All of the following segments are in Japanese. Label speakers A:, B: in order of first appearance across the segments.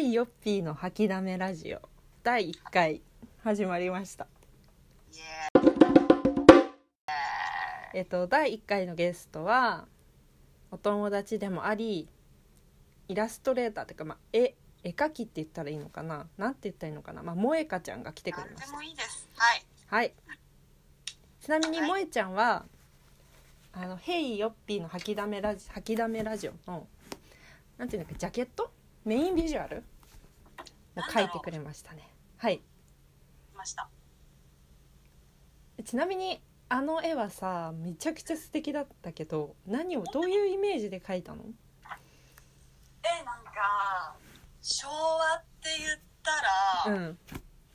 A: いよっぴーの吐きだめラジオ第1回始まりました
B: イエ
A: えっと第1回のゲストはお友達でもありイラストレーターっていうか、まあ、絵絵描きって言ったらいいのかななんて言ったらいいのかなまあ萌香ちゃんが来て
B: ー
A: くれ
B: 何
A: ま
B: で
A: した
B: もいいですはい
A: はいちなみに
B: はい
A: 萌ちゃんは「あのヘイヨッピーの吐きだめラジ吐きだめラジオの」なんていうんだっけジャケットメインビジュアルを描いてくれましたねはい
B: 来ました
A: ちなみにあの絵はさめちゃくちゃ素敵だったけど何をどういうイメージで描いたの
B: えなんか昭和って言っ
A: う
B: たら、
A: ん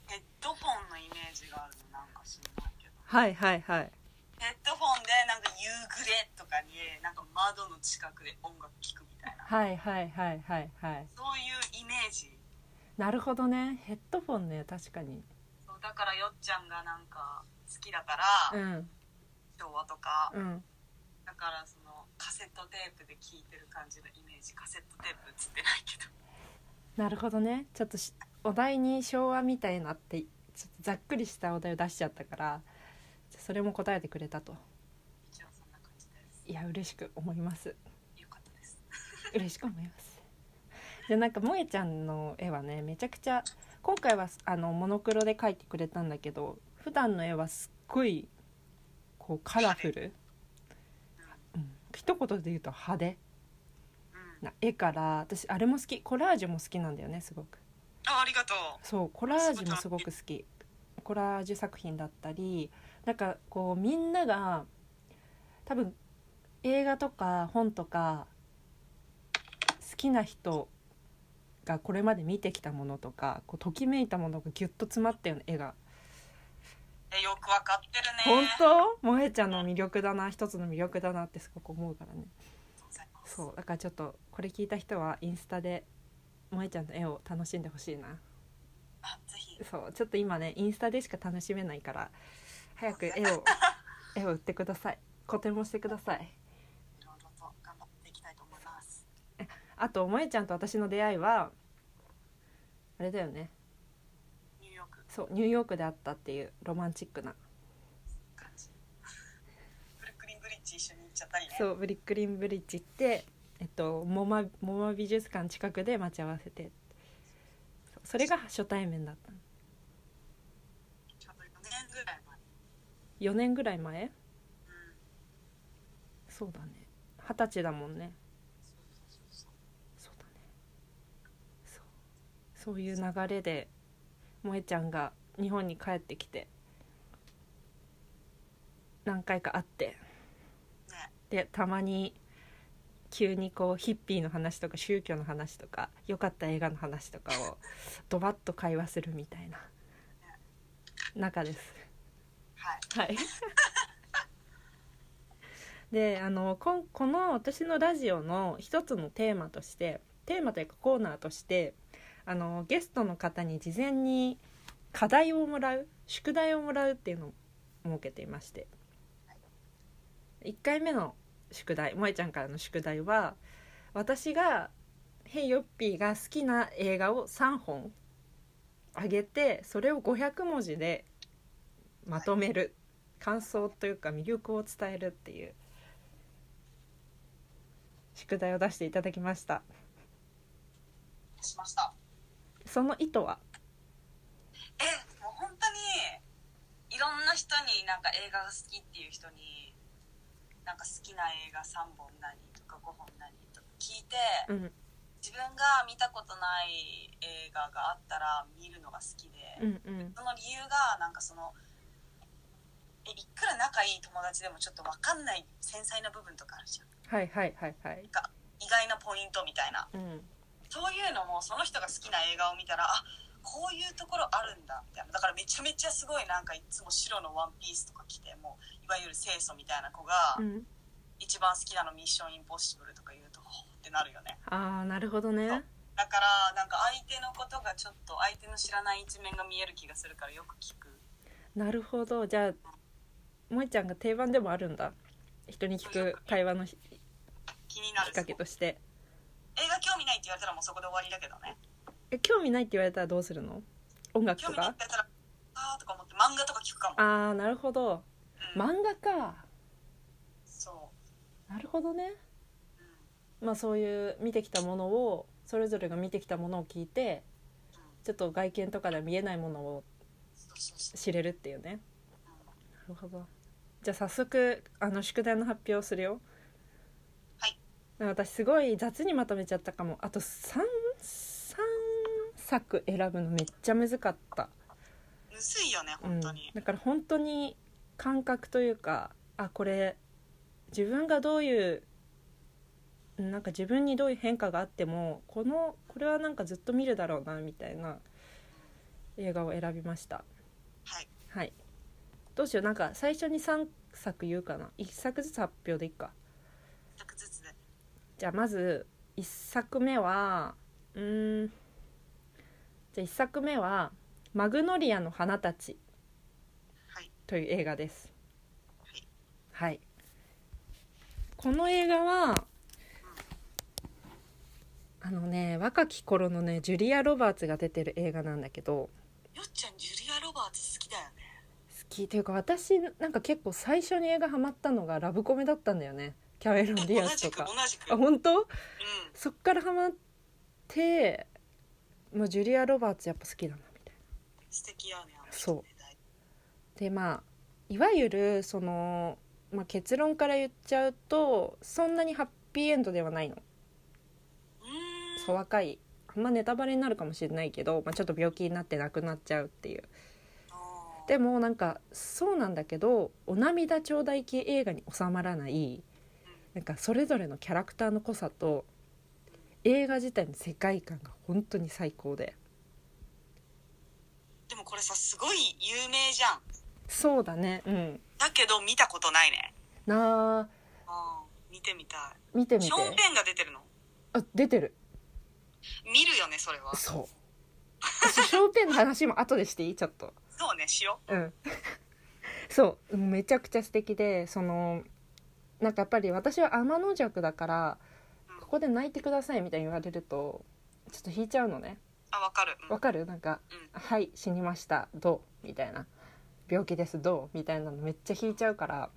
B: ヘッドフォンのイメージがあるのなんか知らないけど
A: はいはいはい
B: ヘッドフォンでなんか夕暮れとかになんか窓の近くで音楽聴くみたいな
A: はいはいはいはいはい
B: そういうイメージ
A: なるほどねヘッドフォンね確かに
B: そうだからよっちゃんがなんか好きだから、
A: うん
B: 昭和とか、
A: うん
B: だからそのカセットテープで聴いてる感じのイメージカセットテープ映ってないけど
A: なるほどねちょっとしお題に昭和みたいなってちょっとざっくりしたお題を出しちゃったからじゃそれも答えてくれたと
B: 一応そんな感じです
A: いや嬉しく思います
B: よかったです
A: 嬉しく思いますでなんか萌えちゃんの絵はねめちゃくちゃ今回はあのモノクロで描いてくれたんだけど普段の絵はすっごいこうカラフル、うん、一言で言うと派手
B: うん
A: な絵から私あれも好きコラージュも好きなんだよねすごく
B: あありがとう
A: そうコラージュもすごく好きコラージュ作品だったりなんかこうみんなが多分映画とか本とか好きな人がこれまで見てきたものとかこうときめいたものがギュッと詰まったような絵が
B: えよくわかってるね
A: 本
B: あり
A: 当萌えちゃんの魅力だな一つの魅力だなってすごく思うからね
B: がとうございます
A: そうだからちょっとこれ聞いた人はインスタで萌えちゃんの絵を楽しんでほしいな
B: あぜひ
A: そうちょっと今ねインスタでしか楽しめないから早く絵を絵を売ってください個展もしてください
B: いろいろと頑張っていきたいと思います
A: あと萌えちゃんと私の出会いはあれだよね
B: ニューヨーク
A: そうニューヨークで会ったっていうロマンチックな
B: 感じブルックリンブリッジ一緒に行っちゃったりね
A: そうブリックリンブリッジってえっとモマモマ美術館近くで待ち合わせてそうそれが初対面だった
B: ちょうど4年ぐらい前
A: 4年ぐらい前
B: うん
A: そうだね二十歳だもんね
B: そうそう
A: そ
B: そうそう
A: うだねそうそういう流れで萌ちゃんが日本に帰ってきて何回か会って
B: ね
A: でたまに急にこうヒッピーの話とか宗教の話とか良かった映画の話とか をドバッと会話するみたいな中です。
B: は
A: は
B: い
A: い。で、あの、こん、この私のラジオの一つのテーマとして、テーマというかコーナーとして。あの、ゲストの方に事前に課題をもらう、宿題をもらうっていうのを設けていまして。一回目の宿題、萌えちゃんからの宿題は、私が。ヘイヨッピーが好きな映画を3本あげてそれを500文字でまとめる感想というか魅力を伝えるっていう宿題を出していただきました
B: しました
A: その意図は
B: えもう本当にいろんな人になんか映画が好きっていう人になんか好きな映画3本何とか5本何とか聞いて
A: うん
B: 自分が見たことない映画があったら見るのが好きで、
A: うんうん
B: その理由がなんかそのえいくら仲いい友達でもちょっと分かんない繊細な部分とかあるじゃん
A: はいはいはいはい
B: 意外なポイントみたいな
A: うん
B: そういうのもその人が好きな映画を見たらあこういうところあるんだみたいなだからめちゃめちゃすごいなんかいつも白のワンピースとか着てもういわゆる清楚みたいな子が
A: うん
B: 一番好きなの「ミッションインポッシブル」とか言うとほーってなるよね
A: ああなるほどね
B: だからなんか相手のことがちょっと相手の知らない一面が見える気がするからよく聞く
A: なるほどじゃあ萌ちゃんが定番でもあるんだ人に聞く会話のひき
B: 気になる
A: っかけとして
B: 映画興味ないって言われたらもうそこで終わりだけどね
A: え興味ないって言われたらどうするの音楽
B: 興
A: と
B: 味な
A: か
B: いってやったらあーとか思って漫画とか聞くかも、
A: ああなるほど
B: うん
A: 漫画か
B: そ
A: なるほどね
B: う、うん
A: まあそういう見てきたものをそれぞれが見てきたものを聞いて
B: うん、
A: ちょっと外見とかでは見えないものを
B: そうそうそう
A: 知れるっていうね
B: うん
A: なるほどじゃあ早速あの宿題の発表をするよ
B: はい
A: 私すごい雑にまとめちゃったかもあと 3, 3作選ぶのめっちゃ難かった
B: むずいよね本当に
A: うん、だから本当に感覚というかあこれ自分がどういうなんか自分にどういう変化があってもこのこれはなんかずっと見るだろうなみたいな映画を選びました
B: はい
A: はいどうしようなんか最初に3作言うかな1作ずつ発表でいいか
B: 一作ずつで
A: じゃあまず1作目はうーんじゃあ1作目は「マグノリアの花たち」
B: はい
A: という映画です
B: はい。
A: はい。この映画は。あのね、若き頃のね、ジュリア・ロバーツが出てる映画なんだけど。
B: よっちゃんジュリア・ロバーツ好きだよね
A: 好きというか、私、なんか結構最初に映画ハマったのがラブコメだったんだよね。キャメロン・デ
B: 同
A: ィアスと
B: じく同
A: か。
B: じく
A: あ、
B: うん
A: 本当。そっからハマって。もうジュリア・ロバーツやっぱ好きだなみたいな。
B: 素敵よねあの
A: そう
B: 人ねだい
A: でまあいわゆるその、まあ、結論から言っちゃうとそんなにハッピーエンドではないの、
B: うーん
A: そう若いあんまネタバレになるかもしれないけど、まあ、ちょっと病気になって亡くなっちゃうっていう
B: あー
A: でもなんかそうなんだけどお涙頂戴系映画に収まらないなんかそれぞれのキャラクターの濃さと映画自体の世界観が本当に最高で
B: でもこれさすごい有名じゃん
A: そうだねうん
B: だけど見たことないね
A: なあ
B: うん見てみた
A: 見て
B: い
A: み
B: シ
A: て
B: ョーン・ペンが出てるの
A: あ出てる
B: 見るよねそれは
A: そう。私ショーペンの話も後でしていいちょっと。
B: そうねしよ
A: うん。 そう。めちゃくちゃ素敵で、その、なんかやっぱり私は天の弱だから、ここで泣いてくださいみたいに言われると、ちょっと引いちゃうのね。
B: うあわかる、うん
A: わかるなんか、はい、死にました。どうみたいな。病気です。どうみたいなのめっちゃ引いちゃうから。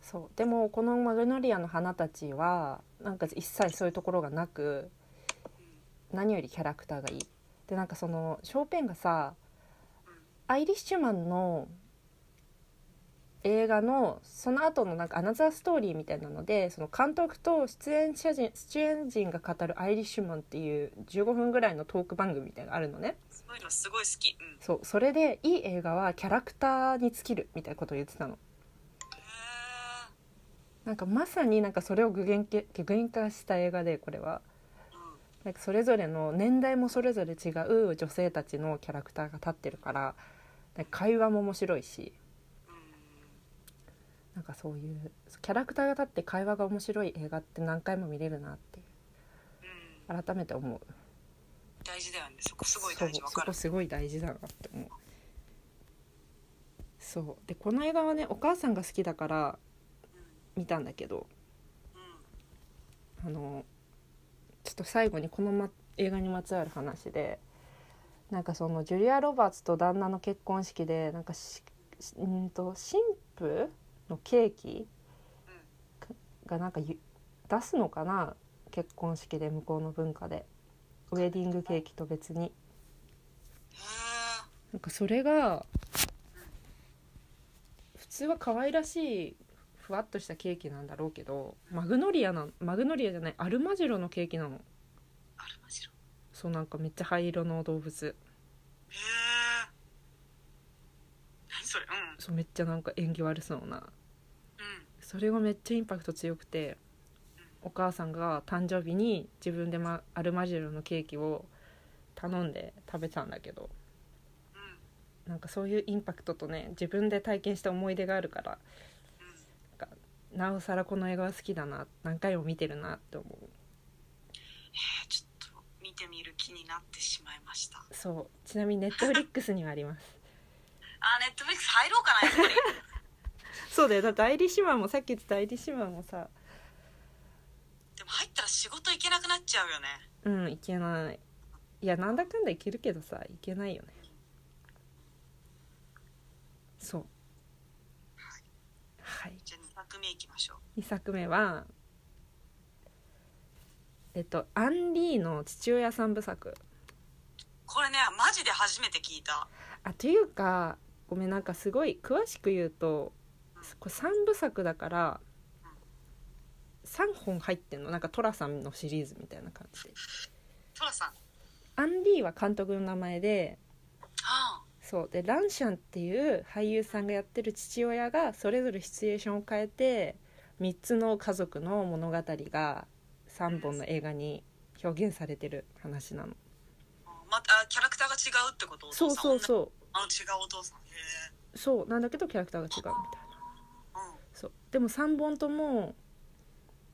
A: そう。でも、このマグノリアの花たちは、なんか一切そういうところがなく、
B: うん
A: 何よりキャラクターがいいでなんかそのショーペンがさ
B: うん
A: アイリッシュマンの映画のその後のなんかアナザーストーリーみたいなのでその監督と出演者陣出演陣が語る「アイリッシュマン」っていう15分ぐらいのトーク番組みたいなのがあるのね
B: そういうのすごい好きうん
A: そうそれでいい映画はキャラクターに尽きるみたいなことを言ってたの
B: へー
A: なんかまさになんかそれを具現化具現化した映画でこれは
B: うん
A: なんかそれぞれの年代もそれぞれ違う女性たちのキャラクターが立ってるからなんか会話も面白いし
B: うん
A: なんかそういうキャラクターが立って会話が面白い映画って何回も見れるなって
B: うん
A: 改めて思う
B: 大事だよねそこすごい大事
A: そう
B: わ
A: そ
B: かる
A: こすごい大事だなって思うそうでこの映画はねお母さんが好きだから見たんだけど
B: うんうん
A: あのちょっと最後にこの、ま、映画にまつわる話でなんかそのジュリア・ロバーツと旦那の結婚式でなんかししうーんと新婦のケーキがなんかゆ出すのかな結婚式で向こうの文化でウェディングケーキと別に
B: へー
A: なんかそれが普通は可愛らしいふわっとしたケーキなんだろうけどマグノリアなマグノリアじゃないアルマジロのケーキなの
B: アルマジロ
A: そうなんかめっちゃ灰色の動物
B: へえ何それうん
A: そうめっちゃなんか縁起悪そうな
B: うん
A: それがめっちゃインパクト強くてお母さんが誕生日に自分で、ま、アルマジロのケーキを頼んで食べたんだけど
B: うん
A: なんかそういうインパクトとね自分で体験した思い出があるから
B: うん
A: なおさらこの映画は好きだな何回も見てるなって思う
B: えーちょっと見てみる気になってしまいました
A: そうちなみにネットフリックスにはあります
B: あネットフリックス入ろうかなやっぱり
A: そうだよだってアイリッシュマンもさっき言ってたアイリッシュマンもさ
B: でも入ったら仕事行けなくなっちゃうよね
A: うんいけないいやなんだかんだいけるけどさいけないよねそうはい
B: じゃあ2作目いきましょう
A: 2作目はえっとアンリーの父親三部作
B: これねマジで初めて聞いた
A: あというかごめんなんかすごい詳しく言うとこれ3部作だから3本入ってんのなんか寅さんのシリーズみたいな感じで
B: トラさん
A: アン・リーは監督の名前で
B: あ
A: そうでランシャンっていう俳優さんがやってる父親がそれぞれシチュエーションを変えて3つの家族の物語が3本の映画に表現されてる話なの
B: またあキャラクターが違うってことお
A: そ
B: 父
A: う
B: さん
A: そう
B: う
A: そ
B: あの違うお父さんへえ
A: うそうなんだけどキャラクターが違うみたいな
B: うん
A: そうでも3本とも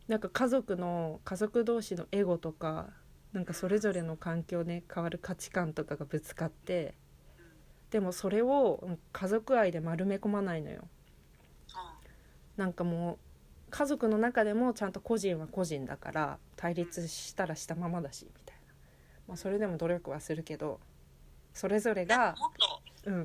A: なんか家族の家族同士のエゴとかなんかそれぞれの環境で変わる価値観とかがぶつかってでもそれをうん家族愛で丸め込まないのよなんかもう家族の中でもちゃんと個人は個人だから対立したらしたままだしみたいな、まあ、それでも努力はするけどそれぞれ
B: が
A: が、
B: もっと
A: うん、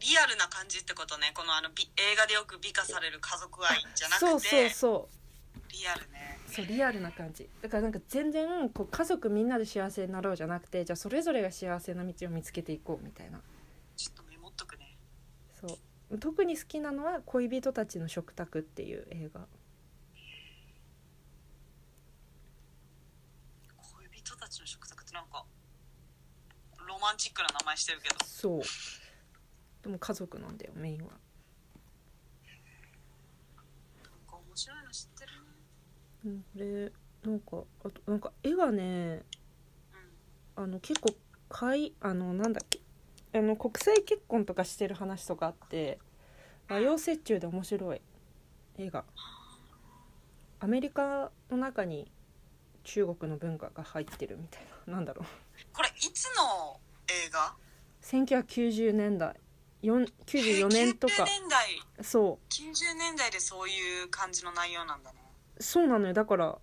B: リアルな感じってことねこのあのび映画でよく美化される家族愛じゃなくて
A: そうそうそう
B: リアルね
A: そうリアルな感じだからなんか全然こう家族みんなで幸せになろうじゃなくてじゃあそれぞれが幸せな道を見つけていこうみたいな
B: ちょっとメモっとくね
A: そう特に好きなのは「恋人たちの食卓」っていう映画
B: 恋人たちの食卓ってなんかロマンチックな名前してるけど
A: そうでも家族なんだよメインは
B: なんか面白いの知ってるね
A: うんこれなんかあとなんか絵がね
B: うん
A: あの結構かいあのなんだっけあの国際結婚とかしてる話とかあって和洋折衷で面白い映画アメリカの中に中国の文化が入ってるみたいななんだろう
B: これいつの映画
A: 1990年代よん94年と
B: 90
A: か
B: 年代
A: そ
B: 90年代でそういう感じの内容なんだね
A: うそうなのよだから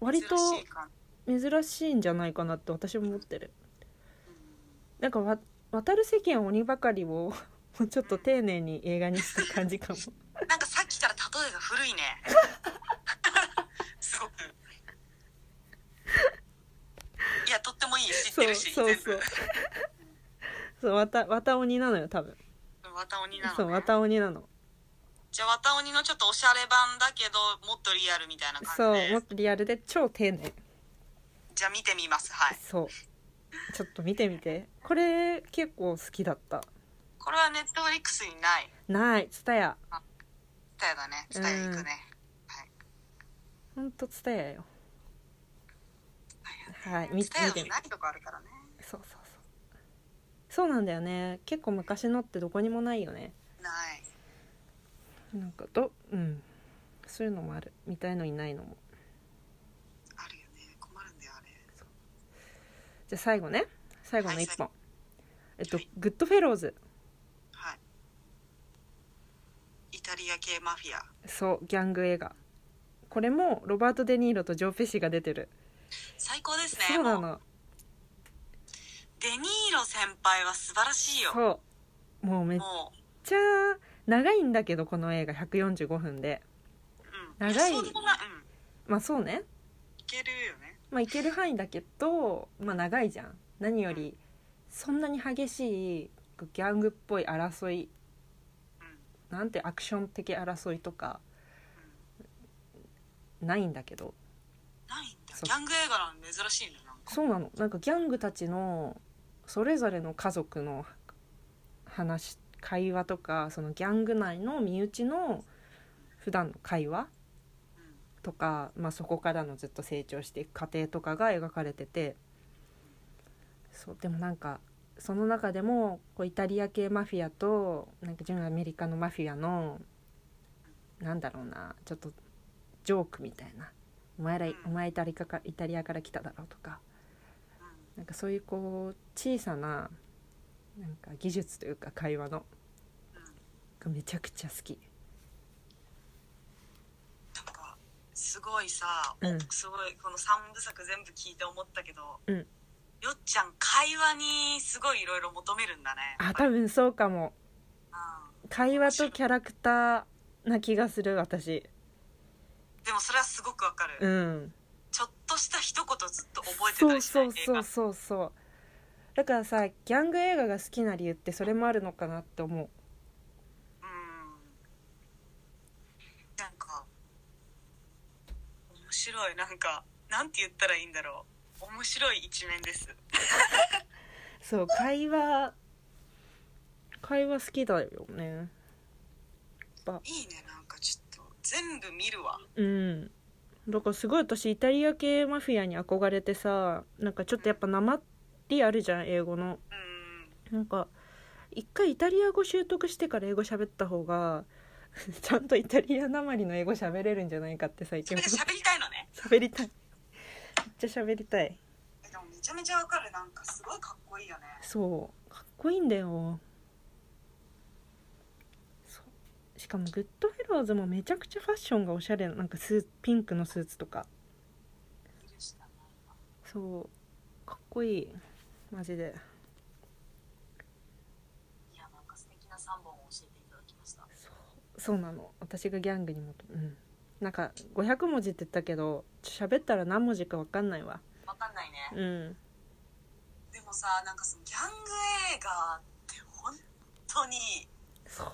A: 割と
B: 珍しい感
A: 珍しいんじゃないかなって私も思ってる
B: じうん
A: なんかわ渡る世間は鬼ばかりを もうちょっと丁寧に映画にした感じかも
B: なんかさっきから例えが古いね すごくいやとってもいい知って
A: そう
B: るし
A: そう
B: 全部
A: そう。 そう、わた、わた鬼なのよ、多分。
B: わた鬼な
A: そう、
B: の、ね
A: わ、た鬼なの。
B: じゃあわた鬼のちょっとおしゃれ版だけどもっとリアルみたいな
A: そ
B: 感
A: う、
B: じ
A: もっ
B: で
A: とリアルで超丁寧。
B: じゃあ見てみますはい
A: そう。ちょっと見てみて。これ、結構好きだった。
B: これはネットフリックスにない
A: ない、ツタヤ。
B: 伝えだね伝え行くね、
A: ほんとツタヤよ。はい、見て、見
B: 伝えだ
A: て
B: に
A: み
B: ないとこあるからね
A: そうそうそう。そうなんだよね。結構昔のってどこにもないよね。
B: ない
A: なんか、ど、うん。そういうのもある。見たいのいないのも。
B: あるよね困るんだよあれ
A: じゃあ最後ね。最後の
B: はい
A: 一本。えっと
B: はい、
A: グッドフェローズ。
B: はいイタリア系マフィア
A: そうギャング映画これもロバート・デ・ニーロとジョー・ペシが出てる
B: 最高ですね
A: そうな
B: もう
A: の
B: デニーロ先輩は素晴らしいよ
A: そうもうめっ
B: も
A: ちゃ長いんだけどこの映画145分で
B: う、うん、
A: 長い
B: やそんなうん
A: まあそうね
B: いけるよね
A: まあいける範囲だけどまあ長いじゃん何よりそんなに激しいギャングっぽい争い
B: うん
A: なんてアクション的争いとかないんだけど
B: ないんだ
A: そう
B: ギャング映画なの珍しいねなんか
A: そうなのなんかギャングたちのそれぞれの家族の話会話とかそのギャング内の身内の普段の会話
B: うん
A: とか、まあ、そこからのずっと成長していく過程とかが描かれててそうでもなんかその中でもこうイタリア系マフィアとなんか純アメリカのマフィアのなんだろうなちょっとジョークみたいな「お前らお前イタリアかイタリアから来ただろ」とか
B: うん
A: なんかそういうこう小さななんか技術というか会話の
B: うん
A: がめちゃくちゃ好き
B: なんかすごいさ、
A: うん
B: すごいこの3部作全部聞いて思ったけど、
A: うん
B: よっちゃん会話にすごいいろいろ求めるんだね
A: あ多分そうかも
B: う
A: 会話とキャラクターな気がする私
B: ん、でもそれはすごくわかる、
A: うん
B: ちょっとした一言ずっと覚えてた
A: そう
B: りしな
A: そ
B: いう
A: そうそうそうだからさギャング映画が好きな理由ってそれもあるのかなって思う
B: 映画うんなんか面白いなんかなんて言ったらいいんだろう面白い一面です
A: そう会話会話好きだよね
B: いいねなんかちょっと全部見るわ
A: うんだからすごい私イタリア系マフィアに憧れてさなんかちょっとやっぱなまりあるじゃん英語の
B: うん
A: なんか一回イタリア語習得してから英語喋った方が ちゃんとイタリアなまりの英語喋れるんじゃないかって最
B: そ
A: 近
B: れ
A: 思
B: で
A: う
B: 喋りたいのね
A: 喋りたいめっちゃ喋りたい
B: えでもめちゃめちゃわかるなんかすごいかっこいいよね
A: そうかっこいいんだよそうしかもグッドフェローズもめちゃくちゃファッションがおしゃれななんかスーピンクのスーツとか
B: いるしな
A: そうかっこいいマジで
B: いやなんか素敵な3本を教えていただきました
A: そうそうなの私がギャングにもうんなんか500文字って言ったけどちょ喋ったら何文字か分かんないわ
B: わかんないね、
A: うん
B: でもさなんかそのギャング映画って本当に
A: そう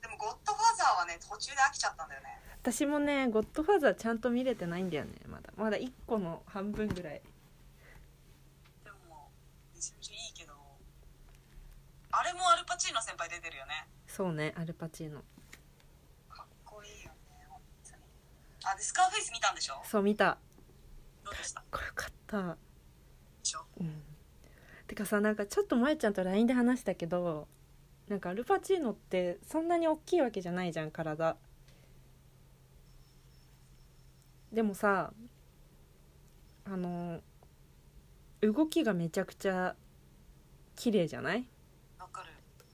B: でも「ゴッドファーザー」はね途中で飽きちゃったんだよね
A: 私もね「ゴッドファーザー」ちゃんと見れてないんだよねまだまだ1個の半分ぐらい
B: でもめちゃめちゃいいけどあれもアルパチーノ先輩出てるよね
A: そうねアルパチーノ
B: かっこいいよね本当にあでスカーフェイス見たんでしょ
A: そう見た
B: どうでした
A: これよかった
B: でしょ
A: うんてかさなんかちょっとまえちゃんと LINE で話したけどなんかアルパチーノってそんなに大きいわけじゃないじゃん体でもさあの動きがめちゃくちゃ綺麗じゃない
B: わかる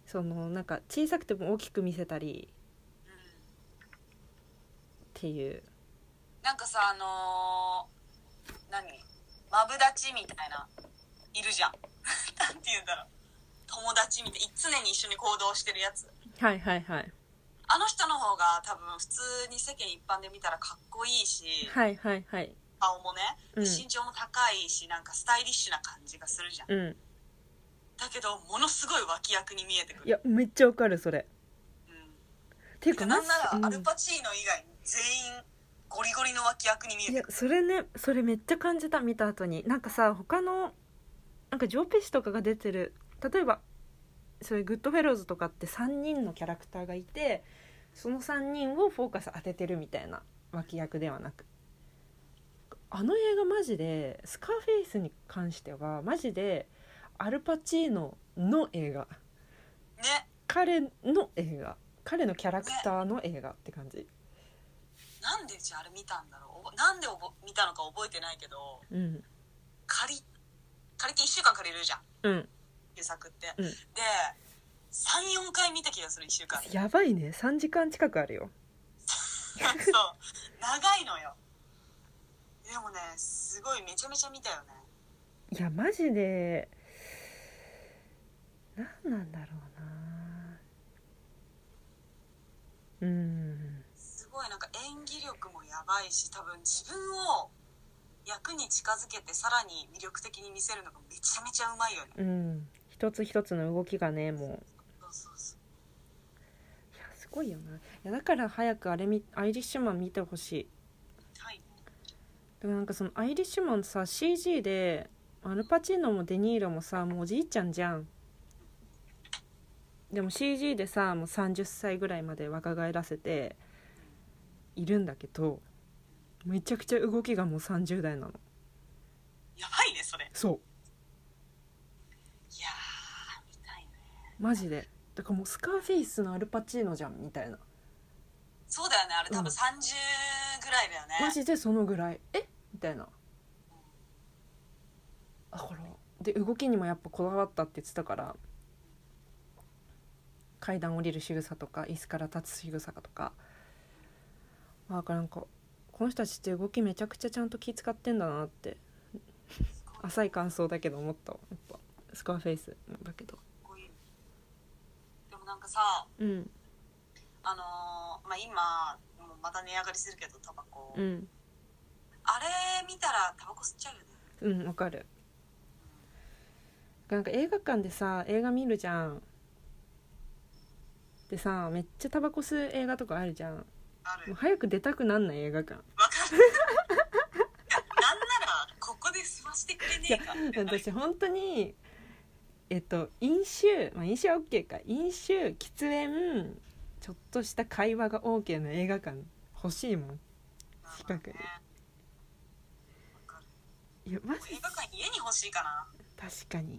A: そのなんか小さくても大きく見せたり
B: うん
A: っていう
B: なんかさあのー、何マブダチみたいないるじゃん なんて言うんだろう友達みたい常に一緒に行動してるやつ
A: はいはいはい
B: あの人の方が多分普通に世間一般で見たらかっこいいし、
A: はいはいはい
B: 顔もね、
A: うん
B: 身長も高いし、なんかスタイリッシュな感じがするじゃん。
A: うん
B: だけど、ものすごい脇役に見えてく
A: い
B: る。
A: やめっちゃわかるそれ
B: うん、
A: ていうか
B: な
A: マ
B: ん
A: ジ
B: なら、
A: うん
B: アルパチーノ以外全員ゴリゴリの脇役に見え
A: い
B: て
A: や
B: くる。
A: それねそれめっちゃ感じた見た後になんかさ他のなんかジョーペシとかが出てる例えばそういうグッドフェローズとかって3人のキャラクターがいてその3人をフォーカス当ててるみたいな脇役ではなくあの映画マジでスカーフェイスに関してはマジでアルパチーノの映画
B: ね、
A: 彼の映画彼のキャラクターの映画って感じ
B: なんでじゃああれ見たんだろうおぼ。なんでおぼ見たのか覚えてないけど、
A: うん
B: 借り、借りて1週間借りれるじゃん、
A: うん
B: 旧作って。
A: うん
B: で、3、4回見た気がする、1週間で。
A: やばいね3時間近くあるよ
B: そう長いのよでもねすごいめちゃめちゃ見たよね
A: いやマジで何なんだろうなうん
B: すごいなんか演技力もやばいし多分自分を役に近づけてさらに魅力的に見せるのがめちゃめちゃうまいよね
A: うん一つ一つの動きがねも
B: そうそうそう
A: ういやすごいよないやだから早くあれみアイリッシュマン見てほしい
B: はいね
A: でもなんかそのアイリッシュマンさ CG でアルパチーノもデニーロもさもうおじいちゃんじゃんでも CG でさもう30歳ぐらいまで若返らせているんだけどめちゃくちゃ動きがもう30代なの
B: やばいねそれい
A: そ
B: やー見たいね
A: うマジでだからもうスカーフェイスのアルパチーノじゃんみたいな
B: そうだよねあれ多
A: うん
B: 分30ぐらいだよね、
A: マジでそのぐらいえみたいなあほらで動きにもやっぱこだわったって言ってたから階段降りる仕草とか椅子から立つ仕草とかあなんかこの人たちって動きめちゃくちゃちゃんと気使ってんだなって
B: すごい
A: 浅い感想だけど思ったわやっぱスコアフェイスだけど
B: こういうでもなんかさ
A: うん
B: あのーまあ今もうまた値上がりするけどタバコ、
A: うん
B: あれ見たらタバコ吸っちゃうよね
A: うんわかるなんか映画館でさ映画見るじゃんでさめっちゃタバコ吸う映画とかあるじゃんも
B: あ
A: う
B: る
A: 早く出たくなんない映画館
B: わ かるなんならここで吸わしてくれねえかって
A: 私本当にえっと飲酒、まあ、飲酒は OK か飲酒喫煙ちょっとした会話が OK の映画館欲しいもん近くに
B: まあねわかる
A: いやマジ
B: 映画館家に欲しいかな
A: 確かに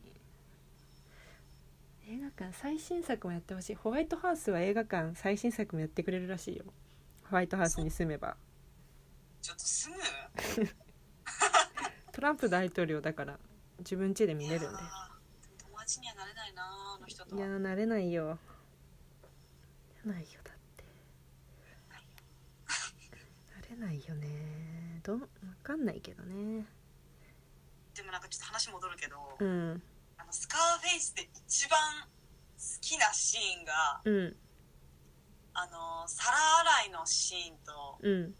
A: 映画館最新作もやってほしいホワイトハウスは映画館最新作もやってくれるらしいよホワイトハウスに住めば
B: ちょっと住む
A: トランプ大統領だから自分家で見れるんで
B: いやー友達にはなれないなあの人と
A: いや
B: は
A: ー慣れないよ慣れないよだって慣れないよねどんわかんないけどね
B: でもなんかちょっと話戻るけど、
A: うん
B: あのスカーフェイスで一番好きなシーンが
A: うん
B: あの皿洗いのシーンと
A: うん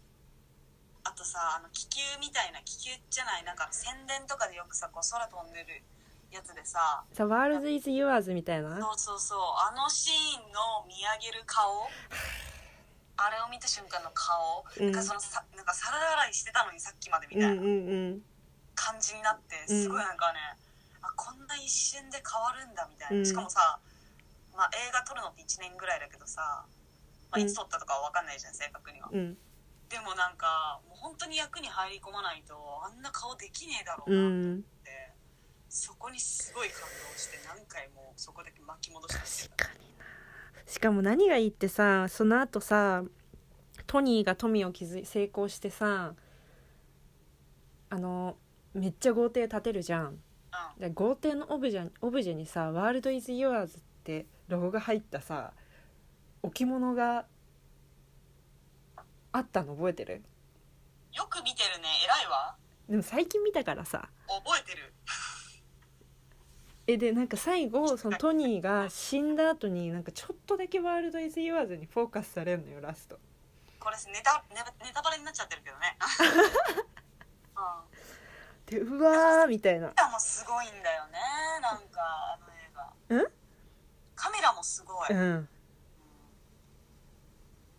B: あとさあの気球みたいな気球じゃないなんか宣伝とかでよくさこう空飛んでるやつでさ
A: 「The world is yours」みたいな
B: そうそうそうあのシーンの見上げる 顔あれを見た瞬間の顔、
A: うん
B: なんかそのさなんか皿洗いしてたのにさっきまでみ
A: うん
B: た
A: う
B: いなん
A: うん
B: 感じになって
A: うん
B: すごいなんかね、あこんな一瞬で変わるんだみたいな、
A: うん
B: しかもさ、まあ、映画撮るのって1年ぐらいだけどさ、まあ、
A: うん
B: いつ撮ったとかは分かんないじゃん正確には、
A: うん
B: でもなんかもう本当に役に入り込まないとあんな顔できねえだろう
A: う
B: なっ
A: ん
B: て、そこにすごい感動して何回もそこだけ巻き戻して
A: 確かになしかも何がいいってさその後さトニーが富を築い成功してさあのめっちゃ豪邸建てるじゃん
B: う
A: で豪邸のオブジェオブジェにさ「ワールド・イズ・ユアーズ」ってロゴが入ったさ置物があったの覚えてる
B: ん、よく見てるね偉いわ
A: でも最近見たからさ
B: 覚えてる
A: えでなんか最後そのトニーが死んだ後になんかちょっとだけ「ワールド・イズ・ユアーズ」にフォーカスされるのよラスト
B: これネタネタネタバレになっちゃってるけ どね、うん
A: でうわーみたいな
B: カメラもすごいんだよねなんかあの映画
A: ん
B: カメラもすごい、
A: うん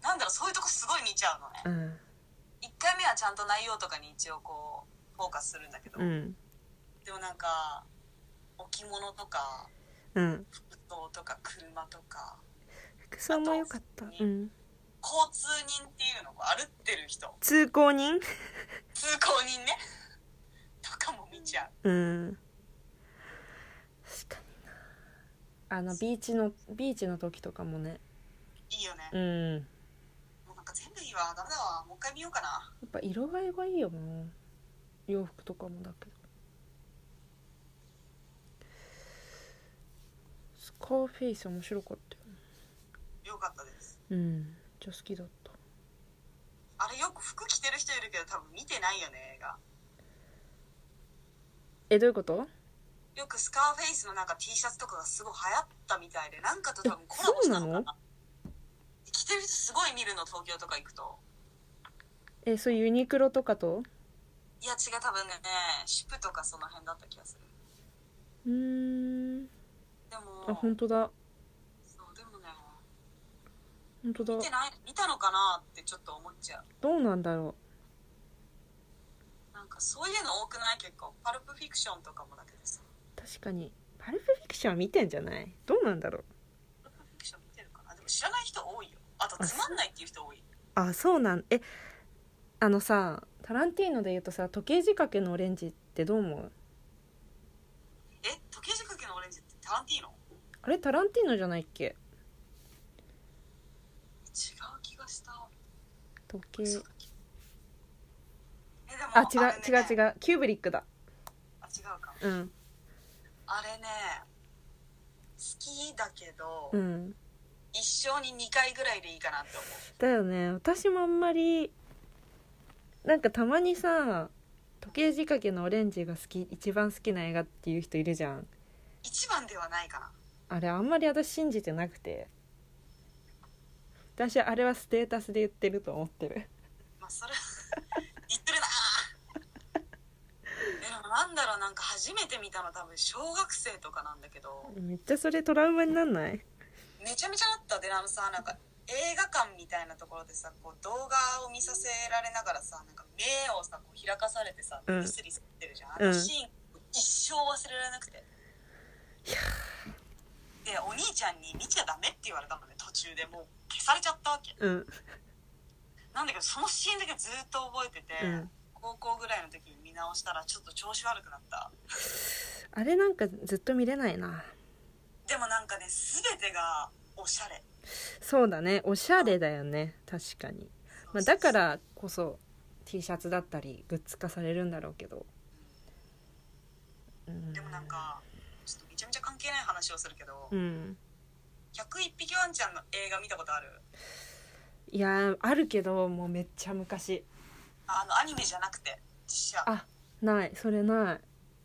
B: なんだろうそういうとこすごい見ちゃうのね
A: うん
B: 1回目はちゃんと内容とかに一応こうフォーカスするんだけど、
A: うん
B: でもなんか置物とか
A: うん
B: 服装とか車とか
A: 服装も良かったうん
B: 交通人っていうのこう歩ってる人
A: 通行人
B: 通行人ねとかも見ちゃう
A: うん確かになあのビーチのビーチの時とかもね
B: いいよね、
A: うんやっ
B: もうなんか全部いいわダメだわもう一回見ようかな
A: ぱ色合いがいいよな洋服とかもだけどスカーフェイス面白かったよね
B: よかったです
A: うんめっちゃ好きだった
B: あれよく服着てる人いるけど多分見てないよね映画
A: えどういうこと
B: よくスカーフェイスのなんか T シャツとかがすごい流行ったみたいでなんかと多分コラボしたのか
A: えそうな
B: な着てる人すごい見るの東京とか行くと
A: えそういうユニクロとかと
B: いや違う多分ねシュプとかその辺だった気がする
A: うーん
B: でも
A: あ本当だ
B: そうでもね
A: 本当
B: 見
A: だ
B: てない見たのかなってちょっと思っちゃう
A: どうなんだろ
B: なんかそういうの多くない結構パルプフィクションとかもだけどさ
A: う確かにパルプフィクションは見てんじゃないどうなんだろう
B: パルプフィクション見てるかなでも知らない人多いよあとつまんないっていう人多い
A: あそうなんえあのさタランティーノで言うとさ時計仕掛けのオレンジってどう思う
B: え時計仕掛けのオレンジってタランティーノ
A: あれタランティーノじゃないっけ
B: 違う気がした
A: 時計
B: そうだっけえでも
A: あ違う
B: れね
A: 違う違うキューブリックだ
B: あ違うか
A: うん
B: あれね好きだけど、
A: うん
B: 一生に2回ぐらいでいいかなって思う
A: だよね私もあんまりなんかたまにさ時計仕掛けのオレンジが好き一番好きな映画っていう人いるじゃん
B: 一番ではないかな
A: あれあんまり私信じてなくて私あれはステータスで言ってると思ってる
B: まあそれは言ってる なえでもなんだろうなんか初めて見たの多分小学生とかなんだけど
A: めっちゃそれトラウマになんない
B: めちゃめちゃだったでなんかさなんか映画館みたいなところでさこう動画を見させられながらさなんか目をさこう開かされてさ
A: うん
B: リスリスってるじゃん、
A: う
B: あ
A: ん
B: のシーン一生忘れられなくてでお兄ちゃんに「見ちゃダメ」って言われたのね途中でもう消されちゃったわけ
A: うん
B: なんだけどそのシーンだけずっと覚えてて、
A: うん
B: 高校ぐらいの時に見直したらちょっと調子悪くなった
A: あれなんかずっと見れないな
B: でもなんかね全てがおしゃれ
A: そうだねおしゃれだよね確かに、まあ、だか
B: そうそう
A: らこそ T シャツだったりグッズ化されるんだろうけどう
B: そうでもなんかちょっとめちゃめちゃ関係ない話をするけど、
A: うん
B: 101匹ワンちゃんの映画見たことある
A: いやーあるけどもうめっちゃ昔
B: あのアニメじゃなくて実写
A: あないそれない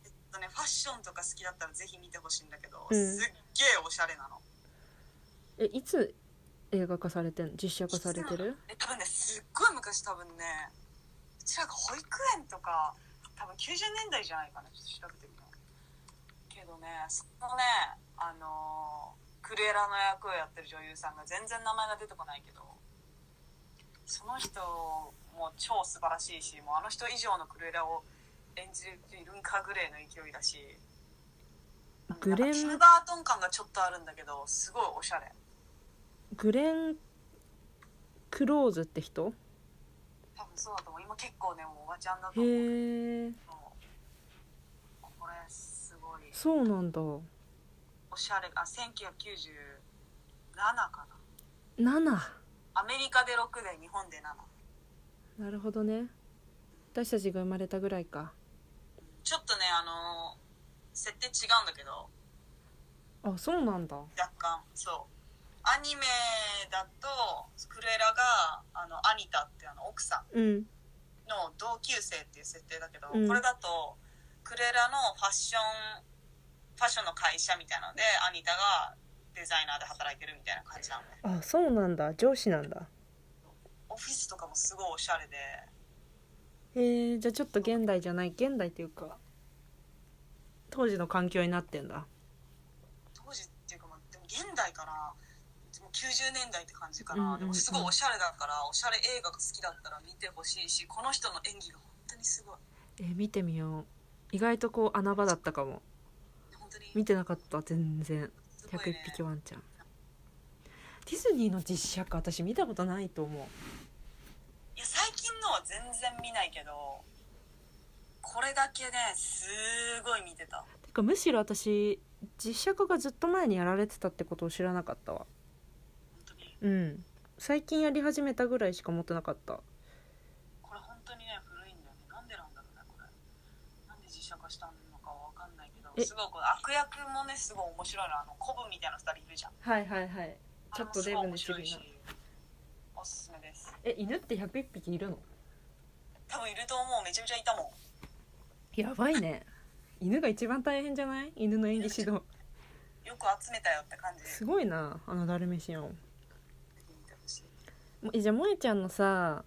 B: えっとねファッションとか好きだったらぜひ見てほしいんだけど、
A: うん
B: すっげえおしゃれなの
A: えいつ映画化されてんの実写化されてる
B: え多分ねすっごい昔多分ねうちらが保育園とか多分90年代じゃないかなちょっと調べてみようけどねそのねあのークレラの役をやってる女優さんが全然名前が出てこないけどその人も超素晴らしいしもうあの人以上のクレラを演じているんかぐらいの勢いだし
A: グレン
B: なんかティム・バートン感がちょっとあるんだけどすごいおしゃれ
A: グレン・クローズって人
B: 多分そうだと思う今結構ねもうおばちゃんだと
A: へえ
B: 思うこれすごい
A: そうなんだ
B: おしゃれあ1997かな
A: 7
B: アメリカで6で日本で7
A: なるほどね私たちが生まれたぐらいか
B: ちょっとねあのー設定違うんだけど
A: あそうなんだ
B: 若干そうアニメだとクレラがあのアニタってあの奥さん
A: うん
B: の同級生っていう設定だけど、
A: うん
B: これだとクレラのファッションファッションの会社みたいなのでアニタがデザイナーで働いてるみたいな感じなのね
A: あそうなんだ上司なんだ
B: オフィスとかもすごいおしゃれで
A: へえじゃあちょっと現代じゃない現代っていうか当時の環境になってんだ
B: 当時っていうかまあでも現代かなでも90年代って感じか
A: うんうんう
B: な、
A: ん
B: でもすごいおしゃれだからおしゃれ映画が好きだったら見てほしいしこの人の演技が本当にすごい
A: えー見てみよう意外とこう穴場だったかも
B: 本当に
A: 見てなかった全然
B: すごい、
A: 101
B: ね、
A: 匹ワンちゃんディズニーの実写化私見たことないと思
B: いや最近のは全然見ないけどこれだけねすごい見てた
A: うてかむしろ私実写化がずっと前にやられてたってことを知らなかったわ
B: 本当に
A: うん最近やり始めたぐらいしか持ってなかった
B: これ本当にね古いんだよねなんでなんだろうねこれなんで実写化したのかは分かんないけど
A: え
B: すごいこの悪役もねすごい面白いのあのコブみたいな2人いるじゃん
A: はいはいはいちょっとデブのチビな
B: あれもすごい面白いしおすすめです
A: え犬って101匹いるの
B: 多分いると思うめちゃめちゃいたもん
A: やばいね 犬が一番大変じゃない犬の演技指導
B: よく集めたよって感じ
A: すごいなあのダルメシアン
B: 見てほしい
A: もえじゃあ萌ちゃんのさ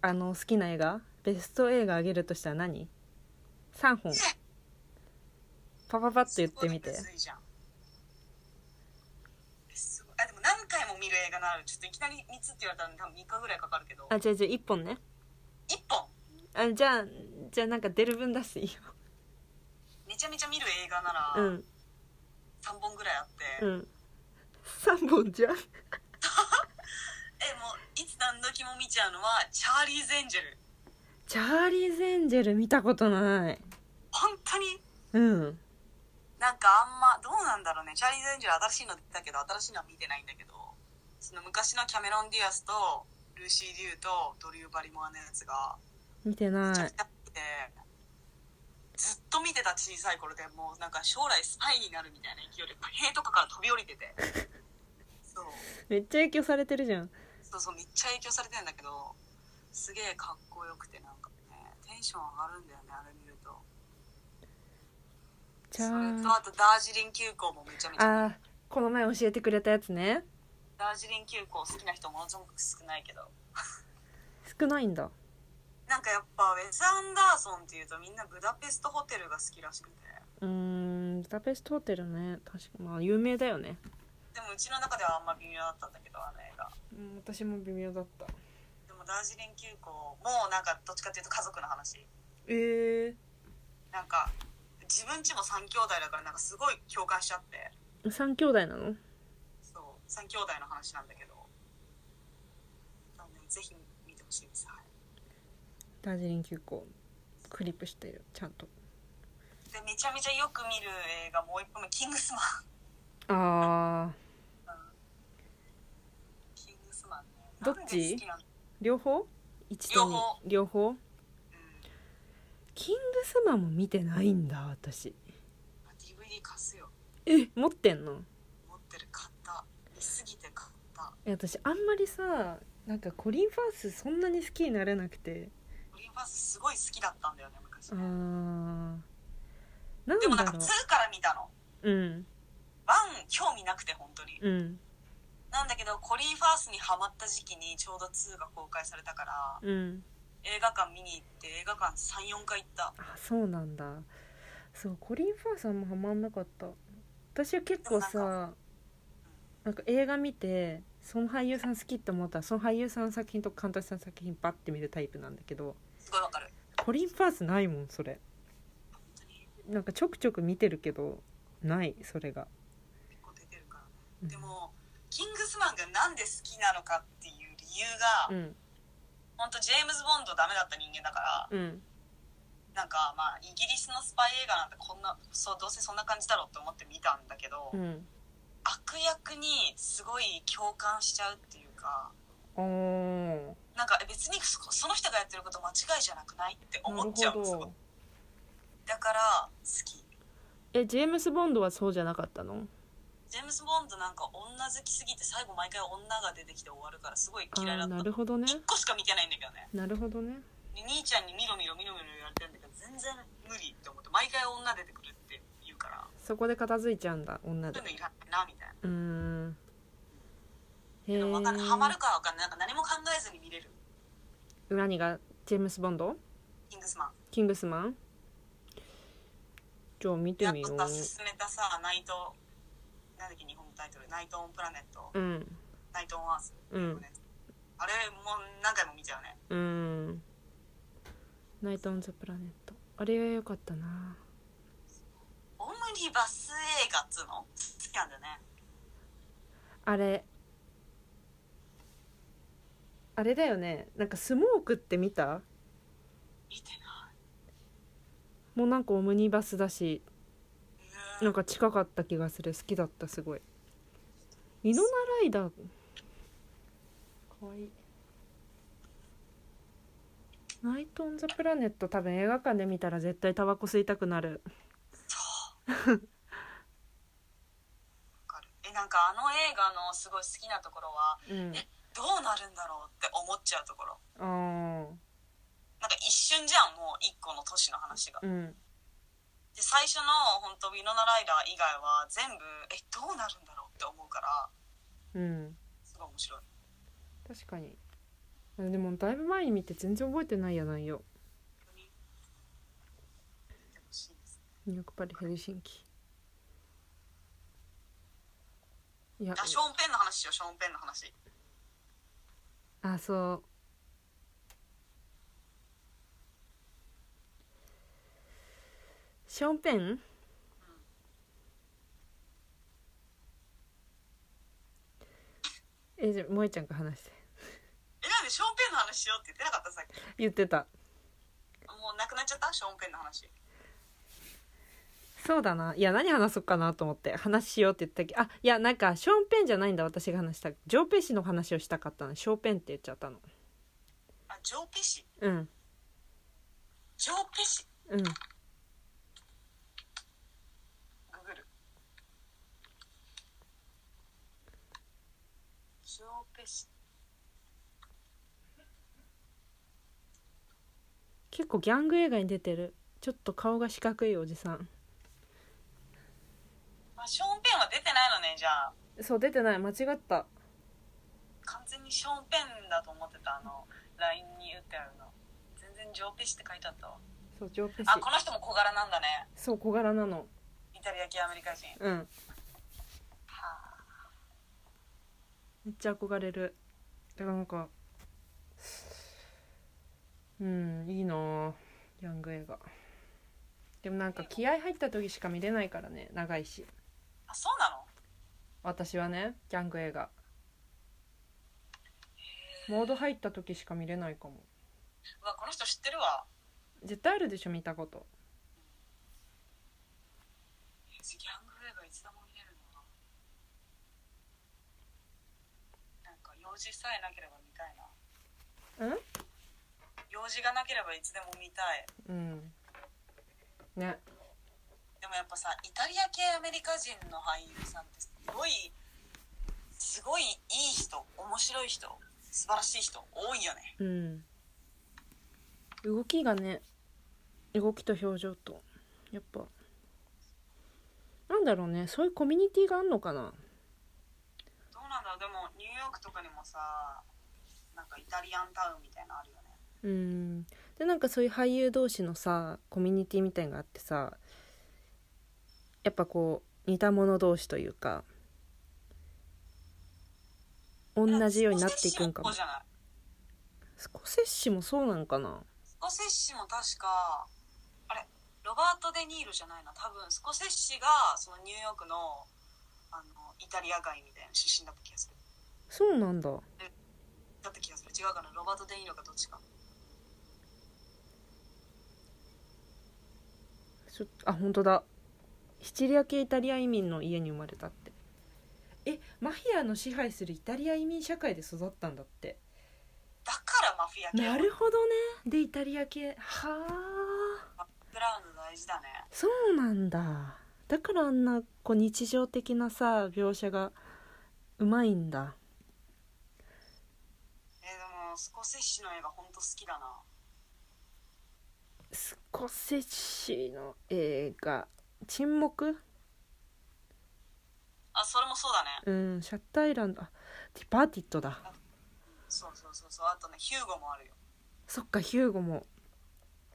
A: あの好きな映画ベスト映画あげるとしたら何 ?3 本パパパッと言ってみて
B: すごいむずいじゃんすごいあでも何回も見る映画ならちょっといきなり3つって言われたら多分3日ぐらいかかるけど
A: あじゃあじゃあ1本ね
B: 1本
A: あじゃあじゃあなんか出る分出していいよ
B: めちゃめちゃ見る映画な
A: う
B: ら
A: ん
B: 3本ぐらいあって、
A: うん3本じゃん
B: えもういつ何時も見ちゃうのはチャーリーズ・エンジェル
A: チャーリーズ・エンジェル見たことない
B: 本当に
A: うん
B: なんかあんまどうなんだろうねチャーリーズ・エンジェル新しいの出たけど新しいのは見てないんだけどその昔のキャメロン・ディアスとルーシー・リュウとドリュー・バリモアのやつが
A: 見て
B: め
A: な
B: ちゃ
A: い
B: くちゃ好きで、ずっと見てた小さい頃でもうなんか将来スパイになるみたいな勢いで塀とかから飛び降りててそう
A: めっちゃ影響されてるじゃん
B: そうそうめっちゃ影響されてんだけどすげえかっこよくてなんかねテンション上がるんだよねあれ見ると
A: じ
B: そ
A: ゃ
B: れと
A: あ
B: あとダージリン急行もめちゃめちゃ
A: あーこの前教えてくれたやつね
B: ダージリン急行好きな人ものすごく少ないけど
A: 少ないんだ
B: なんかやっぱウェス・アンダーソンっていうとみんなブダペストホテルが好きらしくて
A: うーんブダペストホテルね確かまあ有名だよね
B: でもうちの中ではあんま微妙だったんだけどあの映画
A: うん私も微妙だった
B: でもダージリン急行もなんかどっちかっていうと家族の話
A: え
B: なんか自分ちも3兄弟だからなんかすごい共感しちゃって
A: え三兄弟なの
B: そう3兄弟の話なんだけどなのでぜひ見てほしいです、はい
A: ダージリン急行クリップしてるちゃんと
B: でめちゃめちゃよく見る映画もう一本目「キングスマン
A: あ」
B: キングスマンね
A: どっち
B: なんで好きなの
A: ー両方一と
B: 両
A: 二
B: 方
A: 両方
B: うん
A: キングスマンも見てないんだ私
B: あ DVD 貸すよ
A: え持ってんの
B: 持ってる買った見すぎて買った
A: え私あんまりさなんかコリン・ファースそんなに好きになれなくて
B: オリンパスすごい好きだったんだよね昔
A: あー
B: ね
A: なんだ
B: でもなんか
A: ろ
B: 2から見たの
A: ううん
B: 1興味なくて本当に
A: うん
B: なんだけどコリー・ファースにハマった時期にちょうど2が公開されたから
A: うん
B: 映画館見に行って映画館34回行った
A: あそうなんだそうコリン・ファーさんもハマんなかった私は結構
B: でも
A: さなんか映画見てその俳優さん好きって思ったらその俳優さんの作品と監督さんの作品バッて見るタイプなんだけど
B: すごいわかる
A: コリン・ファースないもんそれ
B: 本当に
A: なんかちょくちょく見てるけどないそれが、
B: 結構出てるから
A: うん
B: でもキングスマンがなんで好きなのかっていう理由が、
A: うん
B: 本当ジェームズ・ボンドダメだった人間だから
A: うん
B: なんかまあイギリスのスパイ映画なんてこんなそうどうせそんな感じだろうと思って見たんだけど、
A: うん
B: 悪役にすごい共感しちゃうっていうか
A: あー
B: なんかえ別にそその人がやってること間違いじゃなくないって
A: な
B: 思
A: る
B: っちゃう
A: ほ
B: すごい
A: ど
B: だから好き
A: えジェームス・ボンドはそうじゃなかったの
B: ジェームズ・ボンドなんか女好きすぎて最後毎回女が出てきて終わるからすごい
A: あ
B: 嫌いだ
A: ー
B: った
A: な
B: 1
A: るほどね
B: 個しか見てないんだけどね
A: なるほどね
B: で兄ちゃんにみろみろみろみろ言われてるんだけど全然無理って思って毎回女出てくるって言うから
A: そこで片付いちゃうんだ女
B: そう
A: で
B: いうのいらないなみたいな
A: うーんへ
B: でもわかんない
A: ー
B: ハマるかわかんないなんか何も考えずに見れる
A: 何がジェームス・ボンド
B: キングスマン
A: キングスマンじゃあ見て
B: やっ
A: みよ
B: と
A: う
B: さ進めたさナイトなんだっけ日本のタイトルナイト・オン・プラネット
A: うん
B: ナイト・オン・アース
A: うん
B: あれもう何回も見ちゃうね
A: うんナイト・オン・ザ・プラネットあれが良かったな
B: オムニバス映画っつうの好きなんだよね
A: あれあれだよねなんかスモークって見た
B: 見て
A: もうなんかオムニバスだし
B: ない
A: なんか近かった気がする好きだったすごいイノナライダーかわいいナイト・オン・ザ・プラネット多分映画館で見たら絶対タバコ吸いたくなる
B: わかるえなんかあの映画のすごい好きなところは
A: うん
B: どうなるんだろうって思っちゃうところ
A: あ
B: なんか一瞬じゃんもう一個の都市の話が
A: あうん
B: で最初の本当ウィノナライダー以外は全部えどうなるんだろうって思うから
A: うん
B: すごい面白い
A: 確かにあでもだいぶ前に見て全然覚えてないやないよ
B: 本当に見てほしいです
A: ニューヨークパリヘルシンキいや
B: あショーン・ペンの話しようショーン・ペンの話
A: あそうショーンペンえじゃあ萌ちゃんが話して
B: えなんでショーン・ペンの話しようって言ってなかったさっき
A: 言ってた
B: もうなくなっちゃったショーン・ペンの話
A: そうだないや何話そうかなと思って話しようって言ったけどあいやなんかショーンペンじゃないんだ私が話したジョーペ氏の話をしたかったのショーペンって言っちゃったの
B: あジョー・ペシ
A: うん
B: ジョー・ペシ
A: うん
B: ググるジョー・ペシ
A: 結構ギャング映画に出てるちょっと顔が四角いおじさん
B: あショーン・ペンは出てないのねじゃあ
A: そう出てない間違った
B: 完全にショーン・ペンだと思ってたあの LINE に打ってあるの全然ジョーペシって書いてあったわ
A: そうジョーペシ
B: あこの人も小柄なんだね
A: そう小柄なの
B: イタリア系アメリカ人
A: うん
B: はあ
A: めっちゃ憧れるだからなんかうんいいなぁヤング映画でもなんか気合入った時しか見れないからね長いし
B: あそうなの
A: 私はねギャング映画モード入った時しか見れないかも
B: うわこの人知ってるわ
A: 絶対あるでしょ見たこと
B: ギャング映画いつでも見れるのななんか用事さえなければ見たいな
A: うん
B: 用事がなければいつでも見たい
A: うんね
B: でもやっぱさイタリア系アメリカ人の俳優さんってすごいすごいいい人面白い人素晴らしい人多いよね
A: うん動きがね動きと表情とやっぱなんだろうねそういうコミュニティがあんのかな
B: どうなんだろうでもニューヨークとかにもさなんかイタリアンタウンみたいなのあるよね
A: うんでなんかそういう俳優同士のさコミュニティみたいのがあってさやっぱこう似た者同士というか同じようになっていくんかも
B: スコセッシじゃない
A: スコセッシもそうなんかな
B: スコセッシも確かあれロバート・デ・ニールじゃないな多分スコセッシがそのニューヨークのあのイタリア街みたいな出身だった気がする
A: そうなんだ
B: だった気がする違うかなロバート・デ・ニールかどっちか
A: ちょあ本当だシチリア系イタリア移民の家に生まれたってえマフィアの支配するイタリア移民社会で育ったんだって
B: だからマフィア系
A: なるほどねでイタリア系はあ
B: バックグラウンド大事だね
A: そうなんだだからあんなこう日常的なさ描写がうまいんだ
B: えーでもスコセッシの映画ほんと好きだな
A: スコセッシの映画「沈黙」
B: あそれもそうだね
A: うん「シャッターアイランド」あディパーティットだ
B: そうそうそうそうあとねヒューゴもあるよ
A: そっかヒューゴも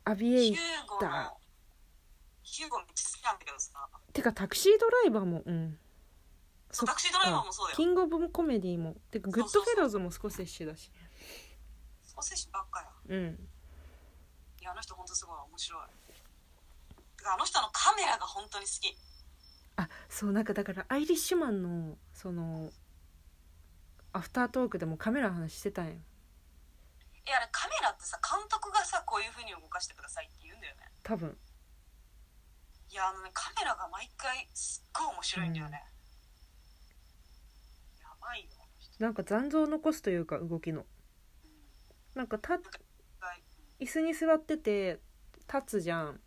A: アビエイ
B: ヒューゴのヒューゴめっちゃ好きなんだけどさ
A: てかタクシードライバーもうんそっ
B: タクシードライバーもそうだよ
A: キングオブコメディもてかグッドフェローズも少し一緒だし
B: スコセッシばっかや
A: うん
B: いやあの人ほんとすごい面白いてかあの人のカメラが本当に好き
A: あそうなんかだからアイリッシュマンのそのアフタートークでもカメラの話してたんよ
B: えあれカメラってさ監督がさこういう風に動かしてくださいって言うんだよね
A: 多分
B: いやあのねカメラが毎回すっごい面白いんだよね、やばいよあの人
A: なんか残像を残すというか動きの
B: うん
A: なんか立っ
B: はいう
A: 椅
B: ん
A: 子に座ってて立つじゃん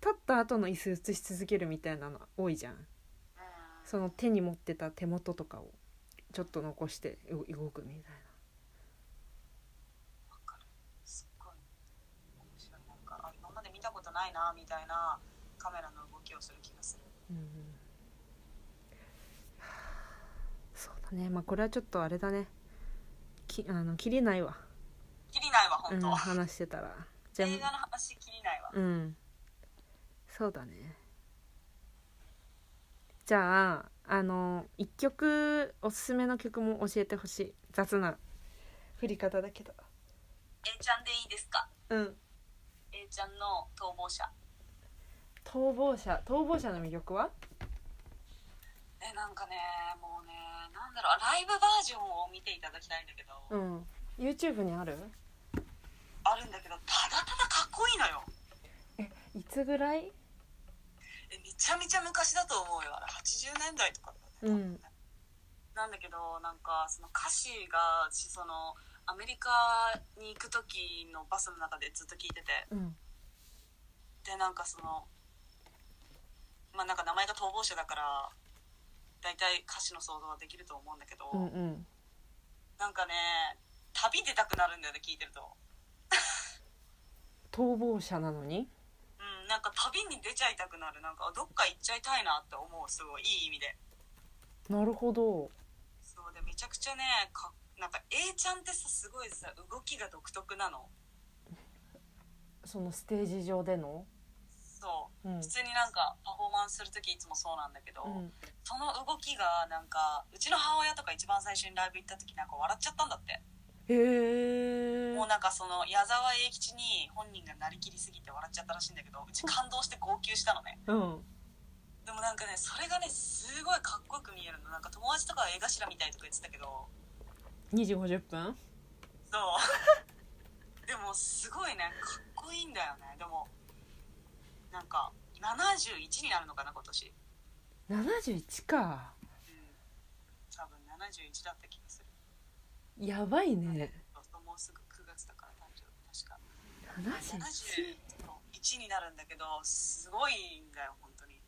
A: 立った後の椅子映し続けるみたいなの多いじゃん
B: うん
A: その手に持ってた手元とかをちょっと残して動動くみたいな
B: わかるすっごい面白いなんかあ今まで見たことないなみたいなカメラの動きをする気がする
A: うんそうだねまあこれはちょっとあれだねきあの切りないわ、
B: 切りないわ
A: う
B: 本
A: ん、
B: 当、
A: 話してたらじゃ
B: 映画
A: あ
B: の話切りないわ、
A: うんそうだねじゃああの一曲おすすめの曲も教えてほしい雑な振り方だけど
B: A ちゃんでいいですか
A: うん
B: A ちゃんの逃亡者
A: 逃亡者逃亡者の魅力は
B: えなんかねもうねなんだろうライブバージョンを見ていただきたいんだけど、
A: うん YouTube にある
B: あるんだけどただただかっこいいのよ
A: いつぐらい
B: えめちゃめちゃ昔だと思うよあれ80年代とかだよね、
A: うん
B: なんだけどなんかその歌詞がしそのアメリカに行く時のバスの中でずっと聞いてて
A: うん
B: でなんかそのまあなんか名前が逃亡者だから大体歌詞の想像はできると思うんだけど、
A: うんうん
B: なんかね旅出たくなるんだよね聞いてると
A: 逃亡者なのに
B: うん、なんか旅に出ちゃいたくなるなんかどっか行っちゃいたいなって思うすごいいい意味で
A: なるほど
B: そうでめちゃくちゃねかなんか A ちゃんってさすごいさ動きが独特なの
A: そのステージ上での、
B: そう
A: うん
B: 普通になんかパフォーマンスする時いつもそうなんだけど、
A: うん、
B: その動きがなんかうちの母親とか一番最初にライブ行った時なんか笑っちゃったんだって、
A: へえ
B: もうなんかその矢沢永吉に本人がなりきりすぎて笑っちゃったらしいんだけどうち感動して号泣したのね
A: うん
B: でもなんかねそれがねすごいかっこよく見えるのなんか友達とかは絵頭みたいとか言ってたけど
A: 2時50分
B: そう でもすごいねかっこいいんだよねでもなんか71になるのかな今年
A: 71か
B: うん多分71だった気がする
A: やばいね
B: もうすぐ9月だから誕生日確か
A: 71
B: 71になるんだけどすごいんだよ本当に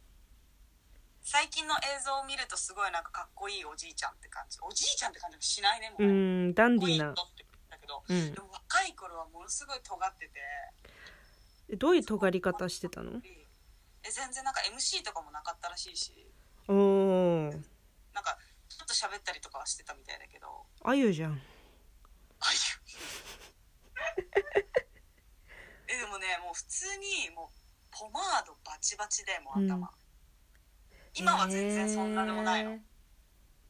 B: 最近の映像を見るとすごいなんかかっこいいおじいちゃんって感じおじいちゃんって感じがしないねも
A: う
B: うね
A: んダン
B: かっ
A: ディーな
B: こいい人っ、て言うんだけど
A: うん
B: で、も若い頃はものすごい尖ってて
A: えどういう尖り方してたの
B: え全然なんか MC とかもなかったらしいし
A: おー
B: なんかちょっと喋ったりとかはしてたみたいだけど
A: あゆじゃん
B: あいやえでもねもう普通にもうポマードバチバチでもう頭、
A: うん
B: 今は全然そんなでもないの、
A: へー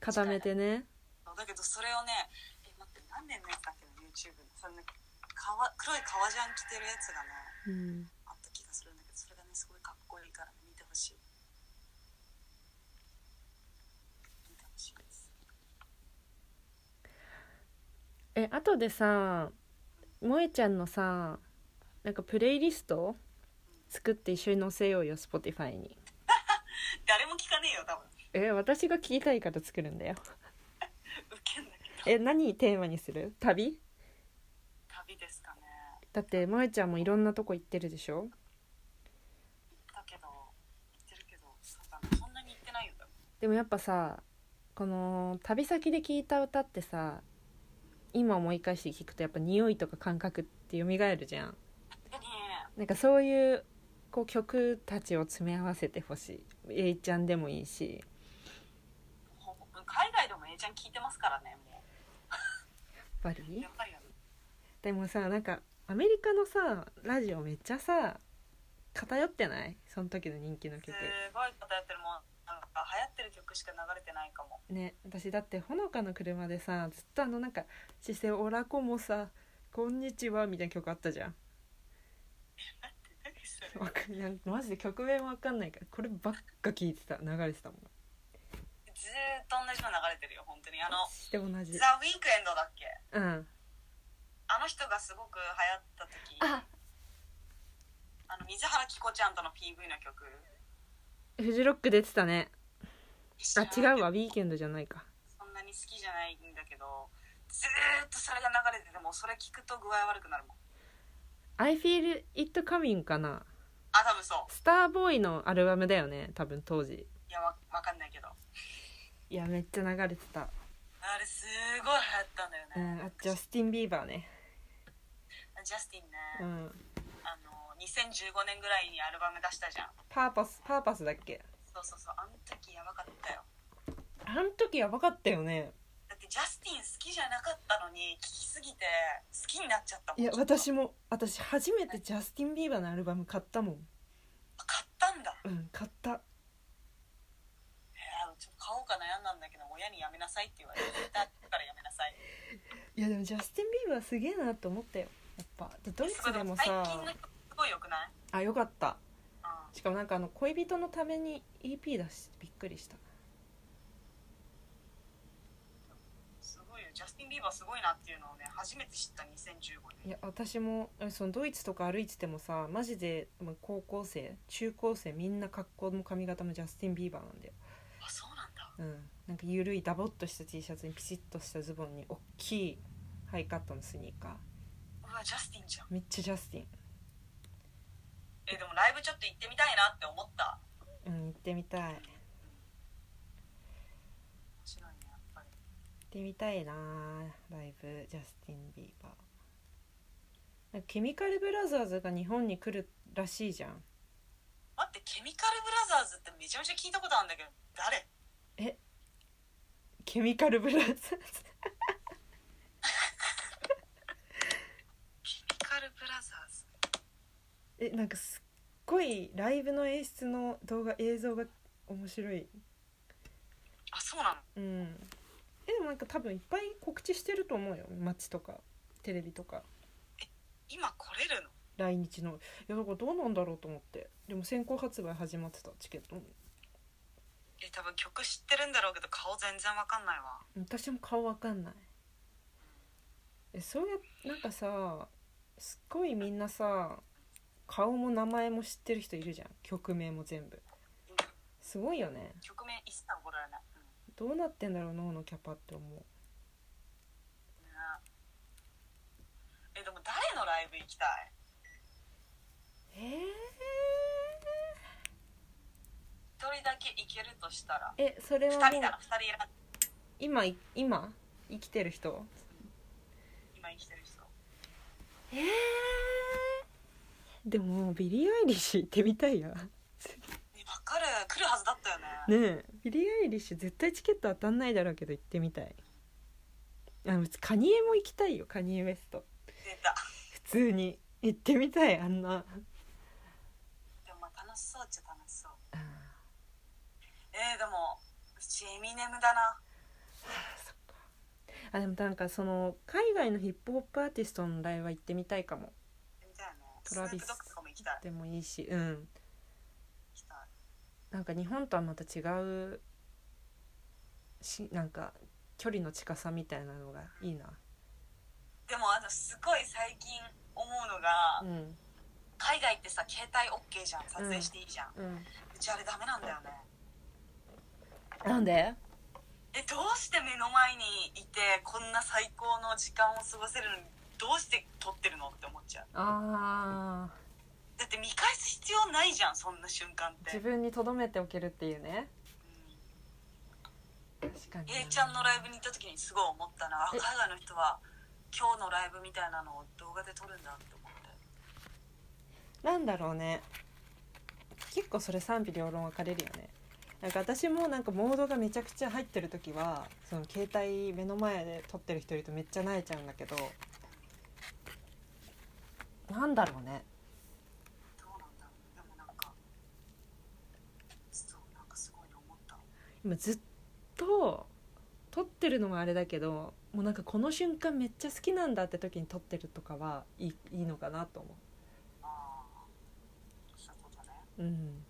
A: 固めてね
B: だけどそれをねえ待って何年のやつだっけな YouTube のそのね革黒い革ジャン着てるやつがね
A: うん
B: あった気がするんだけどそれがねすごいかっこいいから、ね、見てほしい見てほしいです
A: え後でさ萌えちゃんのさなんかプレイリスト作って一緒に載せようよ Spotify に
B: 誰も聞かねえよ多分
A: え私が聞きたいから作るんだよ
B: ウケんだけど
A: え何テーマにする旅
B: 旅ですかね
A: だって萌えちゃんもいろんなとこ行ってるでしょ
B: だけど言ってるけどそうだねそんなに言ってないよ多分
A: でもやっぱさこの旅先で聴いた歌ってさ今思い返して聞くとやっぱ匂いとか感覚って蘇るじゃん
B: 本当に
A: なんかそういうこう曲たちを詰め合わせてほしいえいちゃんでもいいし
B: ほぼ海外でも A ちゃん聞いてますからねも
A: やっぱ
B: う
A: り
B: やっぱりやる
A: でもさなんかアメリカのさラジオめっちゃさ偏ってないその時の人気の
B: す
A: 曲
B: ごいことやってるもんなんか流行ってる曲しか流れてないかも
A: ね私だってほのかの車でさずっとあのなんか「姿勢オラコもさ「こんにちは」みたいな曲あったじゃん
B: 何それ
A: わかんなんマジで曲名わかんないからこればっか聞いてた流れてたもん
B: ずーっと同じの流れてるよ本当にあの
A: して同じ
B: ザ・ウィークエンドだっけ
A: うん
B: あの人がすごく流行った時
A: あ
B: あの水原希子ちゃんとの PV の曲
A: フジロック出てたねあ違うわウ
B: 知らないけど
A: ィーケンドじゃないか
B: そんなに好きじゃないんだけどずーっとそれが流れててもうそれ聞くと具合悪くなるもん
A: 「I feel it coming」かな
B: あ多分そう
A: スターボーイのアルバムだよね多分当時
B: いやわわかんないけど
A: いやめっちゃ流れてた
B: あれすごい流行ったんだよ
A: う
B: ね
A: ん、あジャスティン・ビーバーね、
B: ジャスティンね、
A: うん、
B: あの2015年ぐらいにアルバム出したじゃん
A: パーパスパーパスだっけ
B: そうそうそうあの時やばかったよ
A: あん時やばかったよね
B: だってジャスティン好きじゃなかったのに聞きすぎて好きになっちゃったもん
A: いや
B: ちょっと
A: 私も私初めてジャスティン・ビーバーのアルバム買ったもん
B: 買ったんだ
A: うん買った
B: いやちょっと買おうか悩んだんだけど親にやめなさいって言われて絶対からやめなさい
A: いやでもジャスティン・ビーバーすげえなと思ったよやっぱでドイツでも
B: 最近の
A: さ
B: 曲すごい良くない、
A: あよかった
B: うん、
A: しかもなんかあの恋人のために EP だしびっくりした
B: すごいよジャスティン・ビーバーすごいなっていうのをね初めて知った2015
A: い
B: 年
A: や私もそのドイツとか歩いててもさマジでまあ高校生中高生みんな格好も髪型もジャスティン・ビーバーなんだよ
B: あそうなんだ
A: うん、なんかゆるいダボっとした T シャツにピシッとしたズボンに大きいハイカットのスニーカー
B: うわジャスティンじゃん
A: めっちゃジャステ
B: えでもライブちょっと行ってみたいなって思った
A: ィンうん行ってみたい行っ
B: 面白いねやっぱり
A: てみたいなライブジャスティン・ビーバーケミカルブラザーズが日本に来るらしいじゃん
B: 待ってケミカルブラザーズってめちゃめちゃ聞いたことあるんだけど誰
A: ケミカルブラザーズ
B: ケミカルブラザーズ
A: えなんかすっごいライブの演出の動画映像が面白い
B: あそうなの
A: うんえでもなんか多分いっぱい告知してると思うよ街とかテレビとか
B: 今来れるの
A: 来日のいやだからどうなんだろうと思ってでも先行発売始まってたチケットも
B: え多分曲知ってるんだろうけど顔全然わかんないわ
A: 私も顔わかんないえそうやなんかさすっごいみんなさ顔も名前も知ってる人いるじゃん曲名も全部すごいよね
B: 曲名一切覚えられない、うん
A: どうなってんだろう脳のキャパって思う
B: ねえでも誰のライブ行きたい
A: えー、
B: 一人だけ行けるとしたら
A: えそれ
B: 二
A: はも
B: 人
A: う
B: なら二人選ん
A: 今い今生きてる人
B: 今生きてる人
A: えでもビリー・アイリッシュ行ってみたいやね
B: ねわかる来るはずだったよね
A: えビリー・アイリッシュ絶対チケット当たんないだろうけど行ってみたいあのカニエも行きたいよカニエ・ウェスト
B: 出た
A: 普通に行ってみたいあんな
B: でもまあ楽しそうっちゃ楽しそうえー、でもうちエミネムだな
A: あでもなんかその海外のヒップホップアーティストのライブは行ってみたいかも
B: みたいね
A: トラビス
B: スヌープドッグとかも行きたい
A: でもいいしうん
B: 行きたい
A: なんか日本とはまた違うしなんか距離の近さみたいなのがいいな
B: でもあのすごい最近思うのが、
A: うん
B: 海外ってさ携帯 OK じゃん撮影していいじゃん、う
A: うん
B: ちあれダメなんだよね
A: なんで
B: えどうして目の前にいてこんな最高の時間を過ごせるのにどうして撮ってるのって思っちゃう
A: ああ
B: だって見返す必要ないじゃんそんな瞬間って
A: 自分にとどめておけるっていうね
B: うん
A: 確かに
B: A ちゃんのライブに行った時にすごい思ったなあ
A: え
B: 海外の人は今日のライブみたいなのを動画で撮るんだって思って
A: なんだろうね結構それ賛否両論分かれるよねなんか私もなんかモードがめちゃくちゃ入ってる時はその携帯目の前で撮ってる人いるとめっちゃ萎えちゃうんだけどなんだろうね
B: どうなんだろうでもなんかそうなんかすごい思った
A: 今ずっと撮ってるのはあれだけどもうなんかこの瞬間めっちゃ好きなんだって時に撮ってるとかはいいいいのかなと思
B: ああそういうことね
A: ううん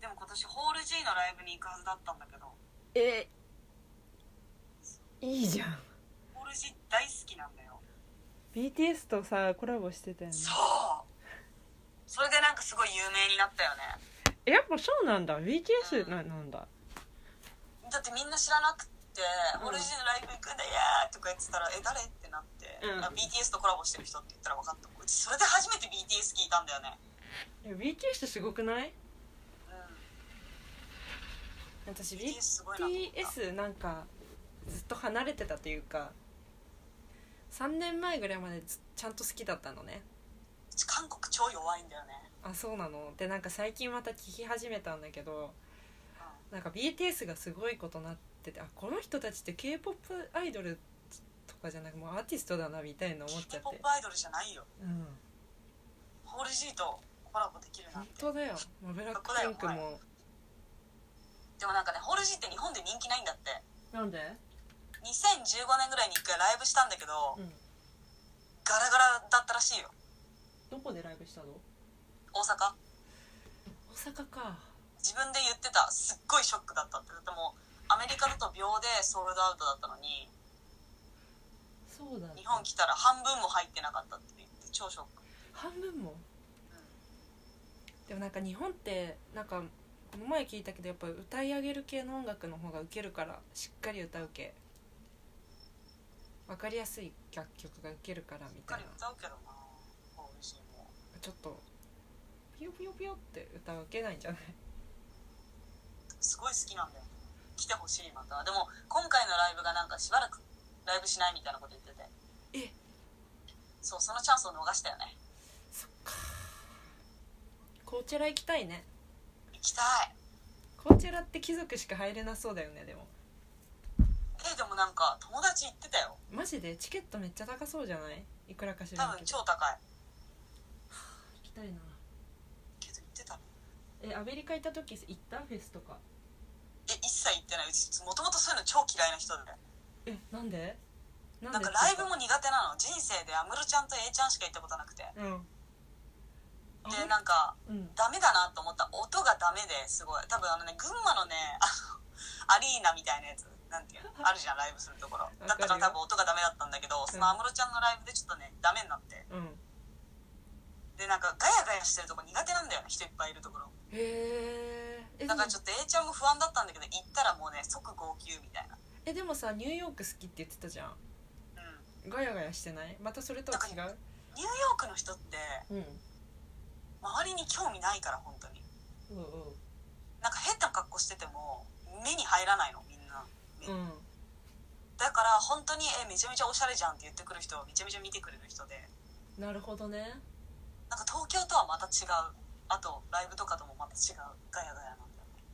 B: でも今年ホール G のライブに行くはずだったんだけど
A: えいいじゃん
B: ホール G 大好きなんだよ
A: BTS とさコラボしてたよね
B: そうそれでなんかすごい有名になったよね
A: えやっぱそうなんだ BTS ななんだ
B: だってみんな知らなくて
A: う
B: 「
A: ん
B: 俺自身のライブ行くんだやー」とか言ってたら「え誰?」ってなって、
A: うん
B: あ BTS とコラボしてる人って言ったら分かったうちそれで初めて BTS 聞いたんだよね
A: いや BTS すごくない
B: うん
A: 私
B: BTS すごいなと思った
A: BTS なんかずっと離れてたというか3年前ぐらいまでずちゃんと好きだったのね
B: うち韓国超弱いんだよね、
A: あそうなのでなんか最近また聞き始めたんだけど
B: うん
A: なんか BTS がすごいことなっててあこの人たちって k p o p アイドルとかじゃなくもうアーティストだなみたいな思っちゃ
B: k
A: っ
B: p o
A: て
B: p アイドルじゃないよ
A: うん
B: ホール G とコラボできるな
A: 本当だよもうブラックピンクも
B: でもなんかねホール G って日本で人気ないんだって
A: なんで、
B: 2015年ぐらいに一回ライブしたんだけど、
A: うん、
B: ガラガラだったらしいよ
A: どこでライブしたの
B: 大阪
A: 大阪か
B: 自分で言ってたすっごいショックだったってだってもうアメリカだと秒でソールドアウトだったのに
A: そうだ
B: 日本来たら半分も入ってなかったって言って超ショック
A: 半分もでもなんか日本ってなんか前聞いたけどやっぱ歌い上げる系の音楽の方がウケるからしっかり歌う系わかりやすい楽曲がウケるからみ
B: しったか
A: い
B: り
A: な
B: 歌うけどなオールジーも
A: ちょっとピヨピヨピヨって歌はウケないんじゃ ない
B: すごい好きなんだよ来てほしいまたでも今回のライブがなんかしばらくライブしないみたいなこと言ってて
A: え
B: そうそのチャンスを逃したよね
A: そっかコーチェラ行きたいね
B: 行きたい
A: コーチェラって貴族しか入れなそうだよねでも
B: えでもなんか友達行ってたよ
A: マジでチケットめっちゃ高そうじゃないいくらか知
B: 多
A: らん
B: 分
A: けど
B: 超高い
A: 行きたいな
B: けど行ってた
A: えアメリカ行った時行ったフェスとか
B: え一切行ってないうちもともとそういうの超嫌いな人で
A: えなんでな
B: なんかライブも苦手なの人生で安室ちゃんと A ちゃんしか行ったことなくてで
A: うんあ
B: なんか
A: うん
B: ダメだなと思った音がダメですごい多分あのね群馬のねあのアリーナみたいなやつなんていうの あるじゃんライブするところ
A: るよ
B: だったから多分音がダメだったんだけどその安室ちゃんのライブでちょっとねダメになって
A: うん
B: でなんかガヤガヤしてるとこ苦手なんだよね人いっぱいいるところ
A: へーえ
B: だからちょっと A ちゃんも不安だったんだけど行ったらもうね即号泣みたいな
A: えでもさニューヨーク好きって言ってたじゃん
B: うん
A: ガヤガヤしてないまたそれとは違う
B: ニューヨークの人って
A: うん
B: 周りに興味ないから本当に
A: うん
B: なんか変な格好してても目に入らないのみんな
A: うんうん
B: だから本当にえめちゃめちゃおしゃれじゃんって言ってくる人めちゃめちゃ見てくれる人で
A: なるほどね
B: なんか東京とはまた違うあとライブとかともまた違うガヤガヤなんだよね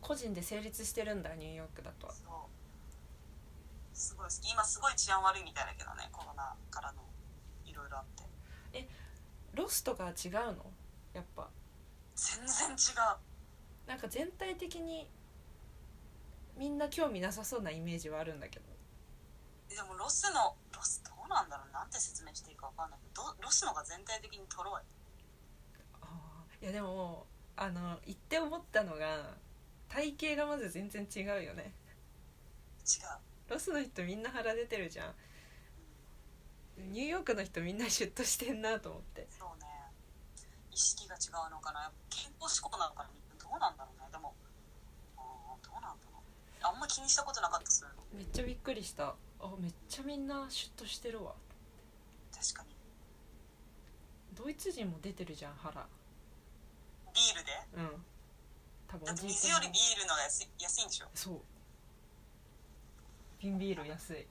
A: 個人で成立してるんだニューヨークだと
B: そうすごい好き今すごい治安悪いみたいだけどねコロナからのいろいろあって
A: ロスとかは違うのやっぱ
B: 全然違う
A: なんか全体的にみんな興味なさそうなイメージはあるんだけど
B: ででもロスのロスどうなんだろうなんて説明していいかわかんないけどどロスの方が全体的にとろい
A: あーいやでもあの行って思ったのが体型がまず全然違うよね
B: 違う
A: ロスの人みんな腹出てるじゃんニューヨークの人みんなシュッとしてんなと思って
B: そうね意識が違うのかな健康志向なのかなどうなんだろうねでもあーどうなんだろうあんま気にしたことなかったです確
A: めっちゃびっくりしたあめっちゃみんなシュッとしてるわ
B: かに
A: ドイツ人も出てるじゃん腹
B: ビールで
A: うん多分
B: だ
A: お
B: っ
A: じ
B: て
A: い
B: 水
A: ちゃ
B: よ
A: ん
B: りビールのが安い安いんでしょ
A: そう瓶ビール安い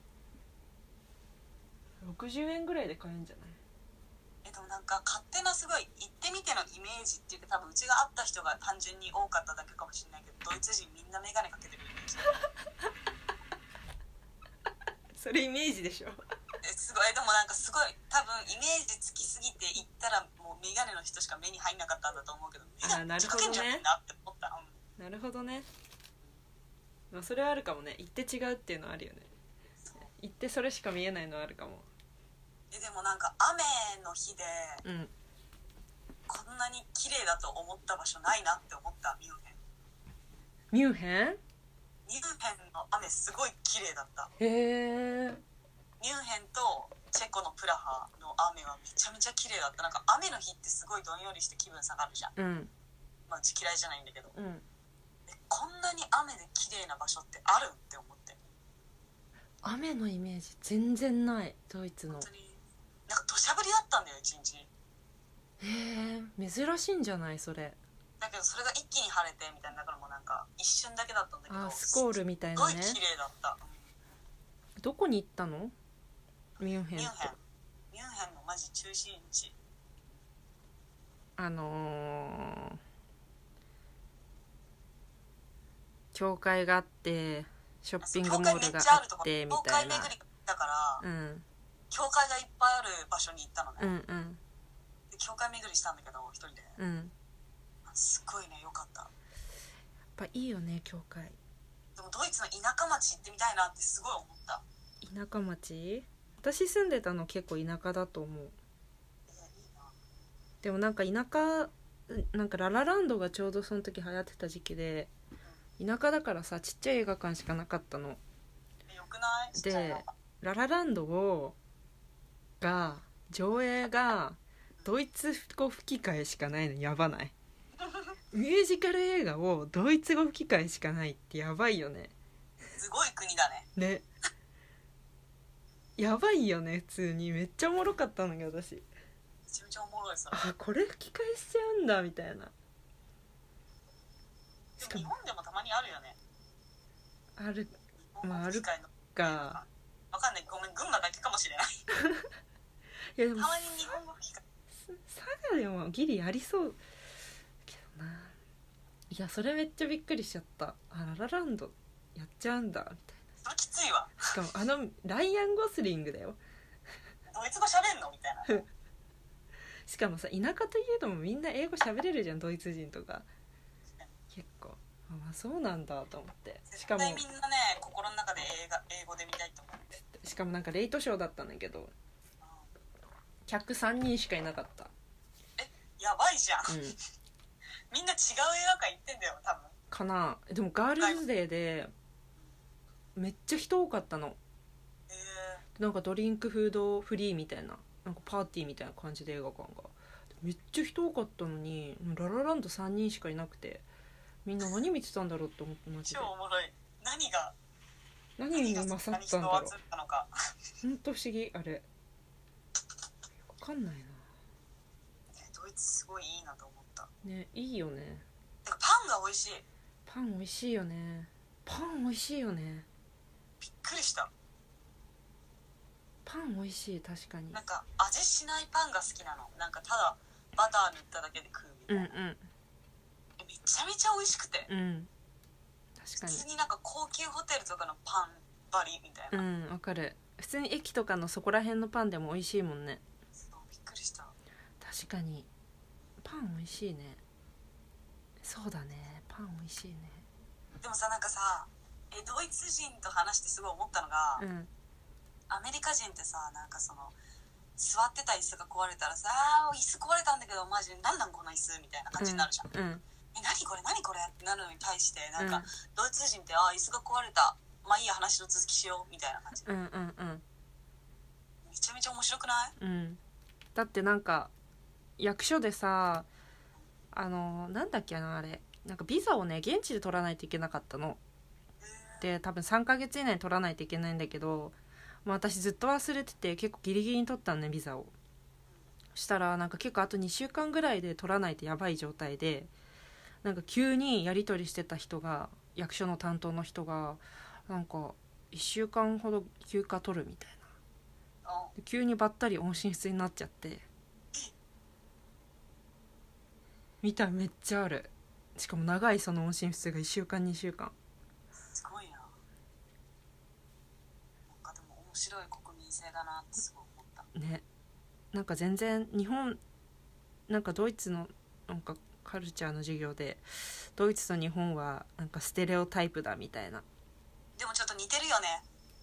A: 60円ぐらいで買えるんじゃない
B: えでもなんか勝手なすごい行ってみてのイメージっていうか多分うちが会った人が単純に多かっただけかもしれないけどドイツ人みんな眼鏡かけてるイメージ
A: それイメージでしょ
B: えすごいえでもなんかすごい多分イメージつきすぎて行ったらもう眼鏡の人しか目に入んなかったんだと思うけど眼鏡
A: なる
B: か
A: ほ
B: け
A: どね
B: んじゃねえなって思った、うん
A: なるほどねまあそれはあるかもね行って違うっていうのはあるよね
B: そう
A: 行ってそれしか見えないのはあるかも
B: えでもなんか雨の日で
A: うん
B: こんなに綺麗だと思った場所ないなって思ったミュンヘン
A: ミュンヘン
B: ミュンヘンの雨すごい綺麗だった
A: へえ
B: ミュンヘンとチェコのプラハの雨はめちゃめちゃ綺麗だったなんか雨の日ってすごいどんよりして気分下がるじゃん
A: うん
B: まあうち嫌いじゃないんだけど
A: うん
B: えこんなに雨で綺麗な場所ってあるって思って
A: 雨のイメージ全然ないドイツの
B: 本当になんか土砂降りだったんだよ一日
A: へえ珍しいんじゃないそれ
B: だけどそれが一気に晴れてみたいなだからもうなんか一瞬だけだったんだけど
A: あスコー
B: す
A: ルみたい
B: ご
A: ないね
B: 綺麗だった
A: どこに行ったのミュンヘン
B: ミ
A: って
B: ュンヘンミュンヘンのマジ中心地
A: あのー教会があってショッピングモールがあってみ
B: 教
A: た
B: 会
A: い
B: 巡
A: な、
B: りだから、
A: うん、
B: 教会がいっぱいある場所に行ったの
A: う
B: ね、
A: んうん
B: で教会巡りしたんだけど一人で
A: うんやっ
B: すっごいねよかった
A: ぱいいよね教会
B: でもドイツの田舎町行ってみたいなってすごい思った
A: 田舎町私住んでたの結構田舎だと思う
B: いやいいな
A: でもなんか田舎なんかララランドがちょうどその時流行ってた時期で田舎だからさちっちゃい映画館しかなかったの
B: えよくないちっちゃい
A: でララランドをが上映がドイツ語吹き替えしかないのやばないミュージカル映画をドイツ語吹き替えしかないってやばいよね
B: すごい国だね
A: ねやばいよね普通にめっちゃおもろかったのが私
B: めちゃめちゃおもろいそれ
A: あこれ吹き替えしちゃうんだみたいなし
B: で
A: か
B: も日
A: も
B: 本でもたまにあるよね
A: ある
B: 日本の機械の
A: か
B: わかんないごめん群馬だけかもしれない
A: いやで
B: た
A: も
B: まに日本語聞か
A: 佐賀でもギリありそうけどないやそれめっちゃびっくりしちゃったあララランドやっちゃうんだみたい
B: それきついわ
A: なしかもあの ライアン・ゴスリングだよ
B: ドイツ語喋んのみたいな
A: しかもさ田舎といえどもみんな英語喋れるじゃんドイツ人とか結構あまあそうなんだと思ってし
B: 絶
A: かも
B: 対みんなね心の中で映画英語で見たいと思う
A: しかもなんかレイトショーだったんだけど客3人しかいなかった、
B: やばいじゃん
A: うん、
B: みんな違う映画館行ってんだよ多分
A: かなでもガールズデーでめっちゃ人多かったの
B: え
A: なんかドリンクフードフリーみたいななんかパーティーみたいな感じで映画館がめっちゃ人多かったのにララランド3人しかいなくてみんな何見てたんだろうって思ってマ
B: ー、
A: ジで
B: 超おもろい何が
A: 何
B: 何
A: に
B: が
A: 勝
B: そんな
A: っ
B: に
A: た
B: 人
A: んだ
B: を
A: ろう
B: 集めたのか
A: ほんと不思議あれわかんない
B: ねドイツすごいいいなと思った
A: なねいいよね
B: てかパンが美味しい
A: パン美味しいよねパン美味しいよね
B: びっくりした
A: パン美味しい確かに
B: なんか味しないパンが好きなのなんかただバター塗っただけで食うみた
A: う
B: い
A: ん
B: な、
A: うん
B: めちゃめちゃ美味しくて
A: うん
B: 普
A: 確か
B: 通になんか高級ホテルとかのパンバリみたい
A: にう
B: な、
A: んわかる普通に駅とかのそこら辺のパンでも美味しいもんね
B: そうびっくりした
A: 確かにパン美味しいねそうだねパン美味しいね
B: でもさなんかさえドイツ人と話してすごい思ったのが、
A: うん
B: アメリカ人ってさなんかその座ってた椅子が壊れたらさ「あー椅子壊れたんだけどマジで何なんこの椅子」みたいな感じになるじゃん「
A: うんうん
B: え何これ何これ?」ってなるのに対してなんか、ドイツ人って「あー椅子が壊れたまあいいや話の続きしよう」みたいな感じ
A: うんうんうん
B: めちゃめちゃ面白くない
A: うん、だってなんか役所でさあのなんだっけなあれなんかビザをね現地で取らないといけなかったので多分3ヶ月以内に取らないといけないんだけど、まあ、私ずっと忘れてて結構ギリギリに取ったのねビザをそしたらなんか結構あと2週間ぐらいで取らないとやばい状態でなんか急にやり取りしてた人が役所の担当の人がなんか1週間ほど休暇取るみたいな。
B: あ
A: で急にばったり音信室になっちゃって見ためっちゃあるしかも長いその音信室が1週間2週間
B: すごいななんかでも面白い国民性だなってすごい思った
A: ねなんか全然日本なんかドイツのなんかカルチャーの授業でドイツと日本はなんかステレオタイプだみたいな
B: でもちょっと似てるよね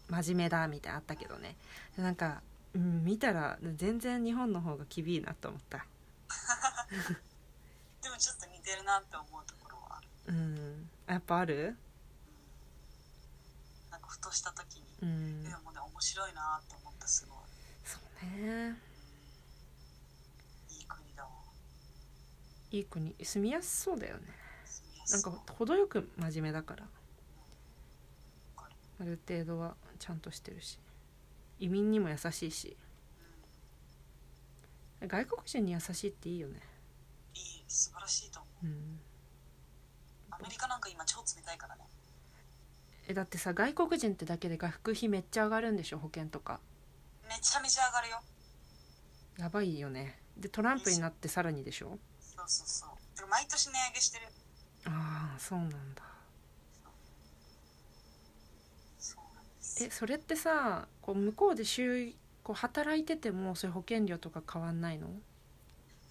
A: 真面目だみたいなあったけどねでなんか、うん、見たら全然日本の方が厳いなと思った
B: でもちょっと似てるなって思うところはある
A: うんやっぱある
B: なんかふとした時に、
A: うん
B: でもね面白いなって思ったすご
A: そうね
B: いいい国だわ
A: いい国住みやすそうだよね
B: 住みや
A: な
B: す
A: ん
B: そう
A: か程よく真面目だから
B: かる
A: ある程度はちゃんとしてるし移民にも優しいし
B: うん
A: 外国人に優しいっていいよね
B: いい素晴らしいと思う
A: うん
B: アメリカなんか今超冷たいからね
A: えだってさ外国人ってだけで学服費めっちゃ上がるんでしょ保険とか
B: めちゃめちゃ上がるよ
A: やばいよねでトランプになってさらにでしょ
B: そうそうそうてか毎年値上げしてる
A: ああそうなんだ
B: そうなんです
A: えそれってさこう向こうで週こう働いててもそういう保険料とか変わんないの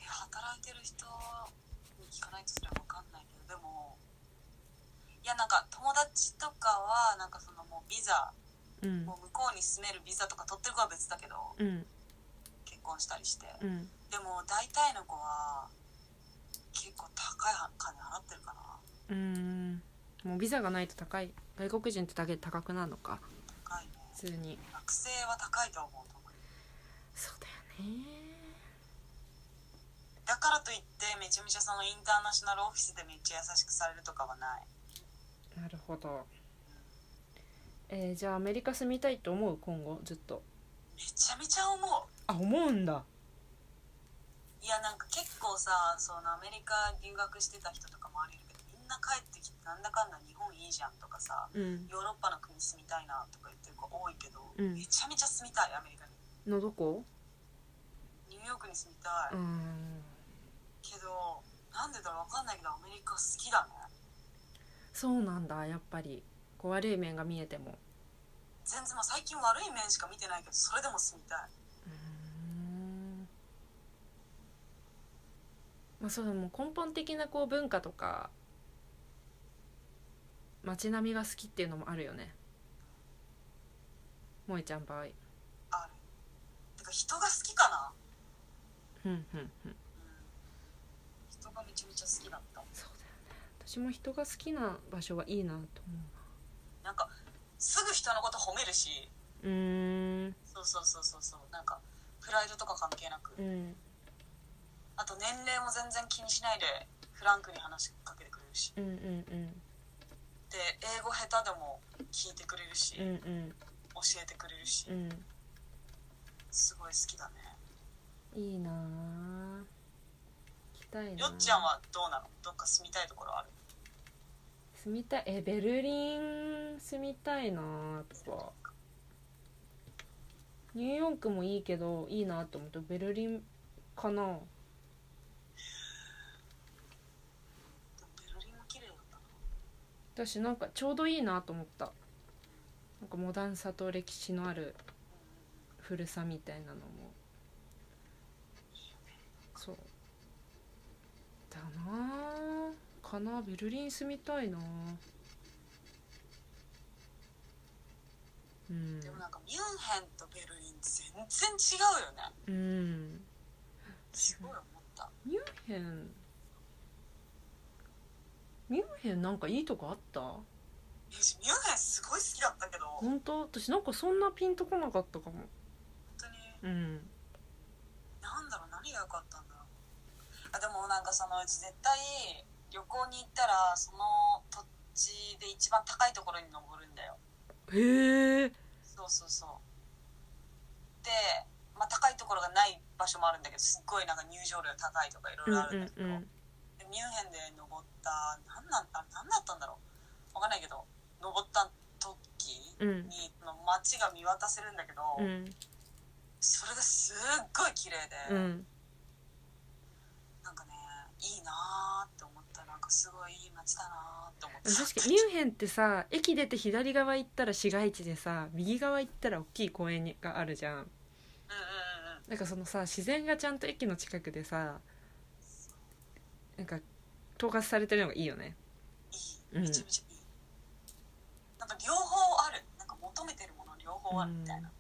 B: え働いてる人に聞かないとそれは分かんないけどでもいやなんか友達とかはなんかそのもうビザ
A: うん
B: もう向こうに住めるビザとか取ってる子は別だけど
A: うん
B: 結婚したりして
A: うん
B: でも大体の子は結構高い金払ってるかな
A: うーんもうビザがないと高い外国人ってだけで高くなるのか
B: 高いね
A: 普通に
B: 学生は高いと思う特に
A: そうだよね
B: だからといってめちゃめちゃそのインターナショナルオフィスでめっちゃ優しくされるとかはない
A: なるほどえーじゃあアメリカ住みたいと思う今後ずっと
B: めちゃめちゃ思う
A: あ思うんだ
B: いやなんか結構さそのアメリカ留学してた人とかもあるけどみんんな帰ってきてなんだかんだ日本いいじゃんとかさ
A: うん
B: ヨーロッパの国住みたいなとか言ってる子多いけど、
A: うん
B: めちゃめちゃ住みたいアメリカに
A: のどこ
B: ニューヨークに住みたい、
A: うん
B: けどなんでだろう分かんないけどアメリカ好きだね
A: そうなんだやっぱりこう悪い面が見えても
B: 全然まあ最近悪い面しか見てないけどそれでも住みたい
A: うんまあそうでも根本的なこう文化とか街並みが好きっていうのもあるよね萌ちゃん場合
B: あるてか人が好きか
A: うん
B: な、
A: うんうん
B: うん、人がめちゃめちゃ好きだった
A: そうだよね私も人が好きな場所はいいなと思
B: なんかすぐ人のこと褒めるし
A: ううーん
B: そうそうそうそうそうなんかプライドとか関係なく
A: うん
B: あと年齢も全然気にしないでフランクに話しかけてくれるし
A: うんうん
B: で英語下手でも聞いてくれるし、
A: うんうん
B: 教えてくれるし
A: うん
B: すごい好きだね
A: うんいいなあ行きたいな
B: よっちゃんはどうなのどっか住みたいところある
A: 住みたいえベルリン住みたいなとかニューヨークもいいけどいいなと思うとベルリンかな
B: でもベルリンも綺麗だったな
A: 私なんかちょうどいいなと思ったなんかモダンさと歴史のある古さみたいなのもそうだなあかなベルリン住みたいなあうん
B: でもなんかミュンヘンとベルリン全然違うよね
A: うん
B: すごい思った
A: ミュンヘンミュンヘンなんかいいとこあった
B: ミュンヘンすごい好きだったけど本
A: 本当私なんかそんなピンとこなかったかも
B: 当に
A: うん
B: なんだろう何が良かったんだろうあでもなんかそのうち絶対旅行に行ったらその土地で一番高いところに登るんだよ
A: へえ
B: そうそうそうで、まあ、高いところがない場所もあるんだけどすっごいなんか入場料高いとかいろ
A: う
B: い
A: ん
B: ろ
A: う
B: あるんだ
A: ん
B: け
A: う
B: ど、
A: ん
B: でミュンヘンで登った何なんあ何だったんだろうわかんないけど登った時
A: うん
B: にその街が見渡せるんだけど、
A: うん
B: それがすっごい綺麗
A: う
B: で、
A: ん
B: なんかねいいなーって思ったなんかすごいいい街だなーって思った
A: 確かにミュンヘンってさ駅出て左側行ったら市街地でさ右側行ったら大きい公園があるじゃん
B: うんうんうんうん
A: なんかそのさ自然がちゃんと駅の近くでさなんか統括されてるのがいいよねう
B: い
A: ん
B: いめちゃめちゃいい、なんか両方あるなんか求めてるもの両方あるみたいな、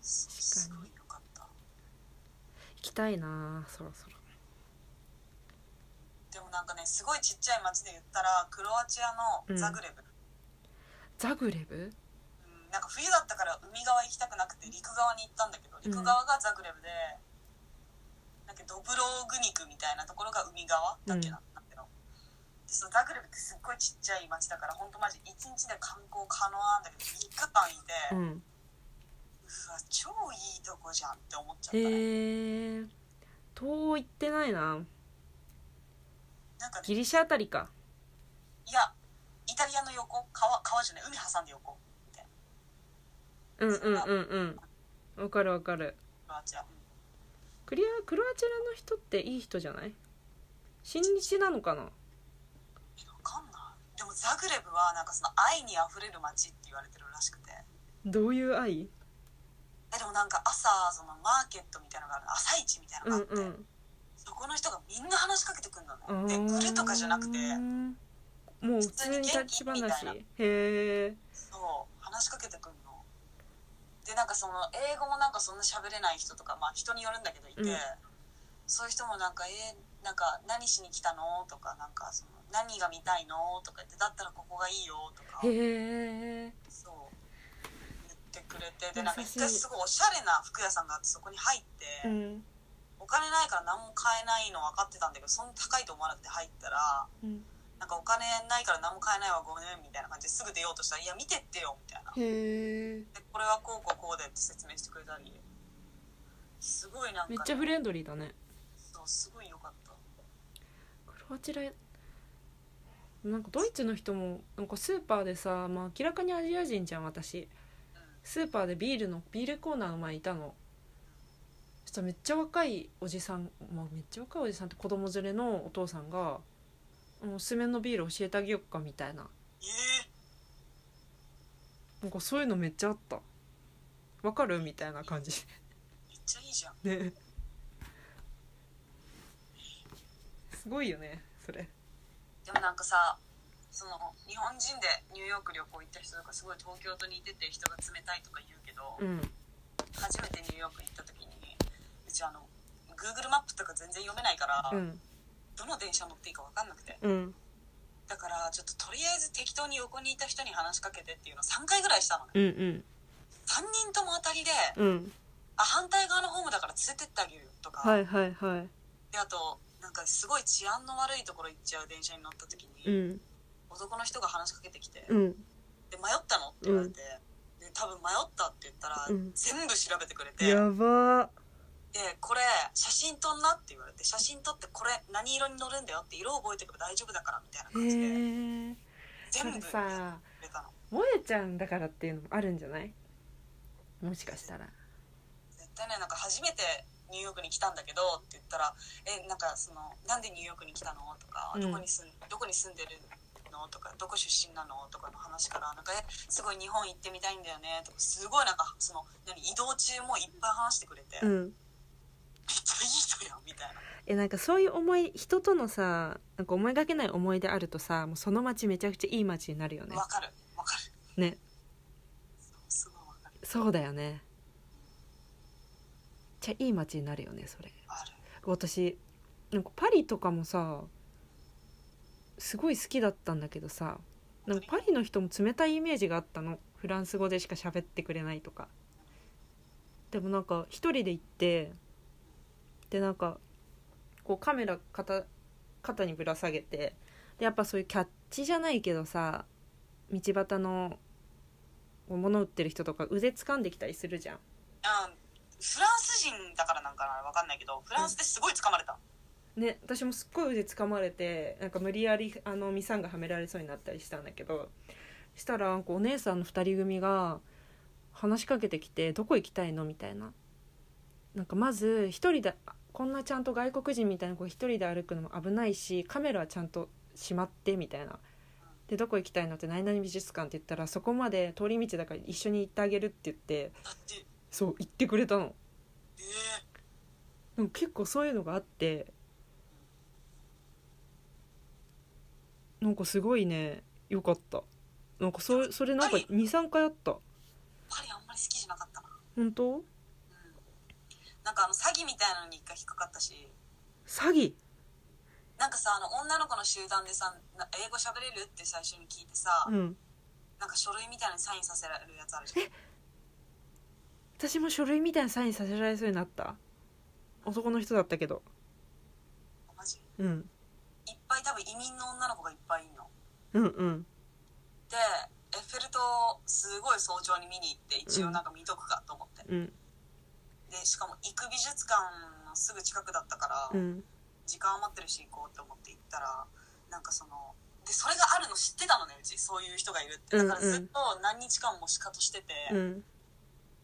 B: すすごいよかった
A: 行きたいなあそろそろ
B: でもなんかねすごいちっちゃい町で言ったらクロアチアのザグレブ、
A: ザグレブ
B: うんなんか冬だったから海側行きたくなくて陸側に行ったんだけど陸側がザグレブで、なんかドブローグニクみたいなところが海側だっけな、んだけどでそのザグレブってすっごいちっちゃい町だからほんとマジ1日で観光可能なんだけど3日間い
A: う
B: て、うんわ超いいとこじゃんって思っちゃったね、
A: へえ遠行ってないな
B: なんかね
A: ギリシャあたりか
B: いやイタリアの横川川じゃない海挟んで横
A: うんうんうんうんわかるわかる
B: クロアチア、うん
A: クリアクロアチアの人っていい人じゃない親日なのかな
B: えわかんないでもザグレブはなんかその愛にあふれる街って言われてるらしくて
A: どういう愛
B: えでもなんか朝そのマーケットみたいなのがある朝市みたいな
A: うん
B: のがあって、
A: うん
B: そこの人がみんな話しかけてくる
A: うーん
B: のね、で売るとかじゃなくて
A: もう普通に立ち
B: 普通に元気みた
A: 話
B: いな
A: へえ
B: そう話しかけてくるのでなんかその英語もなんかそんな喋れない人とかまあ人によるんだけどいて、
A: うん
B: そういう人もなんか「えーなんか何しに来たの?」とか「なんかその何が見たいの?」とか言って「だったらここがいいよ」とか
A: へえ
B: そう言ってくれてでなんか一回
A: 優しい
B: すごいおしゃれな服屋さんがあってそこに入っ
A: う
B: て。
A: ん
B: お金ないから何も買えないの分かってたんだけどそんな高いと思わなくて入ったら
A: うん
B: なんかお金ないから何も買えないわごめんみたいな感じですぐ出ようとしたら「いや見てってよ」みたいな
A: へえ
B: 「でこれはこうこうこうで」って説明してくれたりすごいなんか、
A: めっちゃフレンドリーだね
B: そうすごい良かった
A: クロアチアなんかドイツの人もなんかスーパーでさ、まあ、明らかにアジア人じゃん私スーパーでビールのビールコーナーの前にいたのそしたらめっちゃ若いおじさん、まあ、めっちゃ若いおじさんって子供連れのお父さんが「おすすめのビール教えてあげよっか」みたいな
B: え
A: なんかそういうのめっちゃあったわかるみたいな感じ
B: ー、めっちゃいいじゃん
A: ねすごいよねそれ
B: でもなんかさその日本人でニューヨーク旅行行った人とかすごい東京と似てて人が冷たいとか言うけど、
A: うん
B: 初めてニューヨークに行った時にうちあの Google マップとか全然読めないから、
A: うん
B: どの電車乗っていいか分かんなくて
A: うん
B: だからちょっととりあえず適当に横にいた人に話しかけてっていうのを3回ぐらいしたのね
A: うんうん
B: 3人とも当たりで
A: うん
B: あ反対側のホームだから連れてってあげるよとか、
A: はいはいは
B: であとなんかすごい治安の悪いところ行っちゃう電車に乗った時
A: い。う
B: に、
A: ん
B: 男の人が話しかけてきて「
A: うん
B: で迷ったの?」って言われて、で多分迷ったって言ったら、
A: うん
B: 全部調べてくれて
A: やば
B: でこれ写真撮んなって言われて写真撮ってこれ何色に乗るんだよって色覚えてれば大丈夫だからみたいな
A: ー
B: 感じで
A: へえそれ
B: 全部やって
A: さ
B: くれたの
A: 萌えちゃんだからっていうのもあるんじゃないもしかしたら
B: 絶対ねなんか初めてニューヨークに来たんだけどって言ったら「えなんかそのなんでニューヨークに来たの?」とか、
A: うん
B: どこに住ん「どこに住んでるの?」とか「どこ出身なの?」とかの話から「なんかえすごい日本行ってみたいんだよね」とかすごいなんかその何移動中もいっぱい話してくれて「めっ
A: ん
B: ちゃいい人やん」みたいな。
A: えなんかそういう思い人とのさなんか思いがけない思い出あるとさもうその街めちゃくちゃいい街になるよね
B: わかるわかる
A: ね
B: そうすごいわかる
A: そうだよねめっちゃいい街になるよねそれ
B: ある
A: 私なんかパリとかもさすごい好きだったんだけどさなんかパリの人も冷たいイメージがあったのフランス語でしか喋ってくれないとかでもなんか一人で行ってでなんかこうカメラ肩肩にぶら下げてでやっぱそういうキャッチじゃないけどさ道端のこう物売ってる人とか腕掴んできたりするじゃん
B: うんフランス人だからなんかなわかんないけどフランスですごい掴まれた、
A: ね、私もすっごい腕つかまれてなんか無理やりあのミサンがはめられそうになったりしたんだけどしたらなんかお姉さんの2人組が話しかけてきて「どこ行きたいの?」みたいななんかまず一人であこんなちゃんと外国人みたいな子一人で歩くのも危ないしカメラはちゃんとしまってみたいな。でどこ行きたいのって何々美術館って言ったらそこまで通り道だから一緒に行ってあげるって言って
B: だって
A: そう行ってくれたの
B: え
A: でも結構そういうのがあってなんかすごいねよかったなんかそそれなんか
B: はい
A: 23回あった
B: ー、パリあんまり好きじゃなかったな
A: 本当
B: うんなんかあの詐欺みたいなのに一回引っかかったし
A: 詐欺
B: なんかさあの女の子の集団でさな英語喋れるって最初に聞いてさ、
A: うん
B: なんか書類みたいなのにサインさせられるやつある じゃん
A: 私も書類みたいなサインさせられそうになった男の人だったけど
B: マジい
A: うん
B: っぱい多分移民の女の子がいっぱいいんの
A: うんうん
B: でエッフェル塔をすごい早朝に見に行って一応なんか見とくかと思って、
A: うん
B: でしかも行く美術館のすぐ近くだったから、
A: うん
B: 時間余ってるし行こうと思って行ったらなんかそのでそれがあるの知ってたのねうちそういう人がいるってだから
A: うんうん
B: ずっと何日間もシカトしてて、
A: うん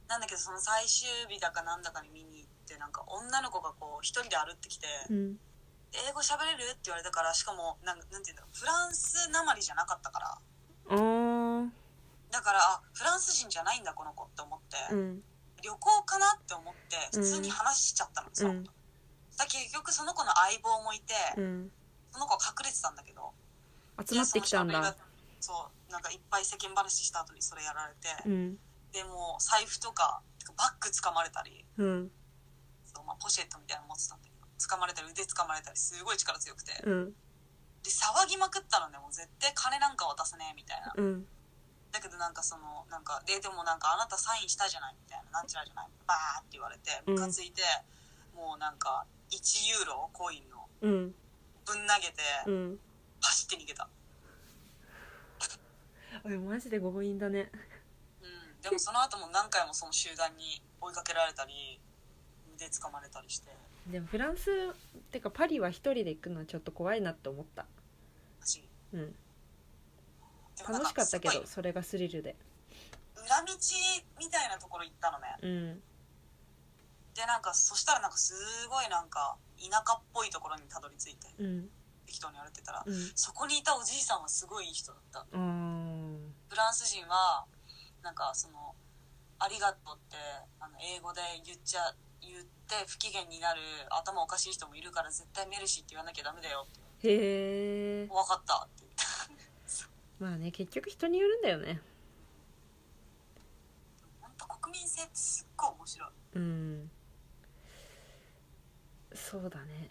B: なんだけどその最終日だかなんだかに見に行ってなんか女の子がこう一人で歩ってきて「
A: うん
B: 英語喋れる?」って言われたからしかもなんなんていうんだろうフランスなまりじゃなかったから
A: あー
B: だからあフランス人じゃないんだこの子って思って、
A: うん
B: 旅行かなって思って普通に話しちゃったの、その子と。だから結局その子の相棒もいて、
A: うん
B: その子は隠れてたんだけど
A: 集まってきたんだ
B: そうなんかいっぱい世間話した後にそれやられて、
A: うん
B: でもう財布とかバッグ掴まれたり
A: うん
B: そう、まあ、ポシェットみたいなの持ってたんだけど掴まれたり腕掴まれたりすごい力強くてで
A: うん
B: 騒ぎまくったのでもう絶対金なんか渡せねえみたいな
A: うん
B: だけどなんかそのなんかででもなんかあなたサインしたじゃないみたいななんちゃらじゃないバーって言われて
A: うん
B: ムカついて、もうなんか1ユーロコインの
A: うん
B: ぶん投げて
A: うん
B: 走って逃げた、
A: おいマジで強引だね
B: うん、でもその後も何回もその集団に追いかけられたり腕掴まれたりして
A: でもフランスってかパリは一人で行くのはちょっと怖いなって思った
B: 私
A: うん
B: でもなん
A: 楽しかったけ
B: す
A: どそれがスリルで
B: ごい裏道みたいなところ行ったのね
A: うん
B: でなんかそしたらなんかすごいなんか田舎っぽいところにたどり着いて
A: うん
B: 適当に歩いてたら
A: うん
B: そこにいたおじいさんはすごいいい人だった
A: うーん
B: フランス人はなんかその「ありがとう」ってあの英語で言っちゃ言って不機嫌になる頭おかしい人もいるから絶対メルシーって言わなきゃダメだよって
A: へえ
B: 分かったって言って
A: まあね結局人によるんだよね
B: 本当国民性ってすっごい面白い
A: うんそうだね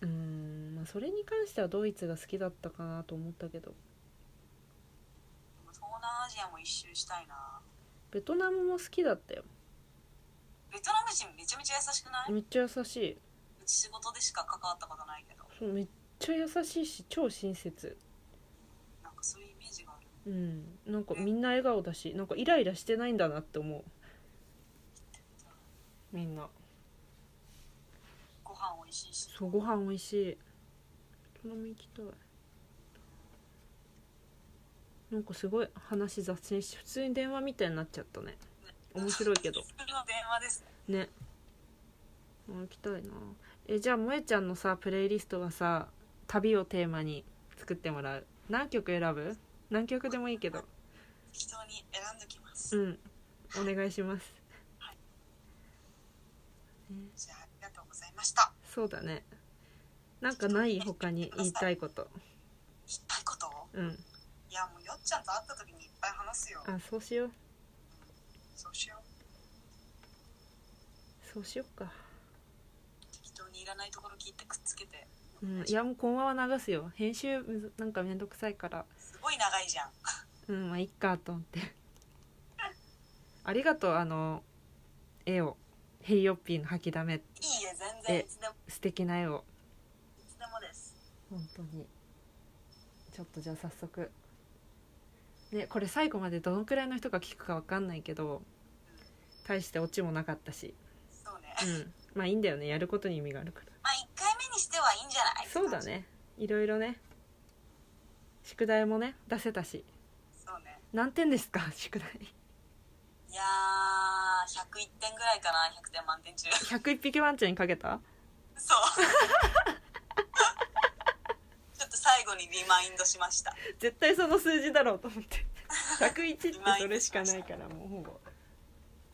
A: うんまあそれに関してはドイツが好きだったかなと思ったけど
B: 東南アジアも一周したいな
A: ベトナムも好きだったよ
B: ベトナム人めちゃめちゃ優しくない
A: めっちゃ優しいう
B: ち仕事でしか関わったことないけど
A: そうめっちゃ優しいし超親切
B: なんかそういうイメージがある
A: うんなんかみんな笑顔だしなんかイライラしてないんだなって思うみんな
B: ご飯美味しいし
A: そうご飯美味しいベトナム行きたいなんかすごい話雑誌し普通に電話みたいになっちゃったね面白いけど
B: 普通の電話ですね
A: ねあ行きたいなえじゃあ萌えちゃんのさプレイリストはさ旅をテーマに作ってもらう何曲選ぶ何曲でもいいけど
B: 適当に選んできます、
A: うんお願いします
B: じゃあありがとうございました
A: そうだねなんかない他に言いたいこと
B: いっぱいこと
A: うん
B: いやもうよっちゃんと会った時にいっぱい話すよ
A: あそうしよう
B: そうしよう
A: そうしようか
B: 適当にいらないところ聞いてくっつけて、
A: うんいやもう今後は流すよ編集むずなんかめんどくさいから
B: すごい長いじゃん
A: うんまあいっかと思って ありがとうあの絵をヘイヨッピーの吐きだめ
B: いいえ全然
A: え
B: いつでも
A: 素敵な絵を
B: いつでもです
A: 本当にちょっとじゃあ早速ねこれ最後までどのくらいの人が聞くかわかんないけど大してオチもなかったし
B: そうね、
A: うんまあいいんだよねやることに意味があるから
B: まあ1回目にしてはいいんじゃない
A: そうだねいろいろね宿題もね出せたし
B: そうね
A: 何点ですか 宿題
B: いやー101点ぐらいかな100点満点中
A: 101匹ワンちゃんにかけた
B: そう ちょっと最後にリマインドしました
A: 絶対その数字だろうと思 って101ってそれしかないからもうほぼ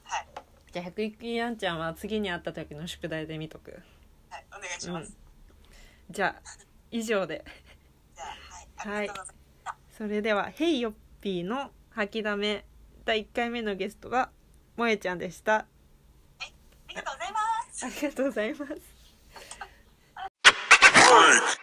B: はい
A: じゃあ101匹ワンちゃんは次に会った時の宿題で見とく
B: はいお願いします、
A: じゃあ以上で
B: じゃあはいありがとうござい
A: それでは「ヘイヨッピー」の吐きだめ第1回目のゲストが萌えちゃんでした
B: ます、ありがとうございます
A: ありがとうございます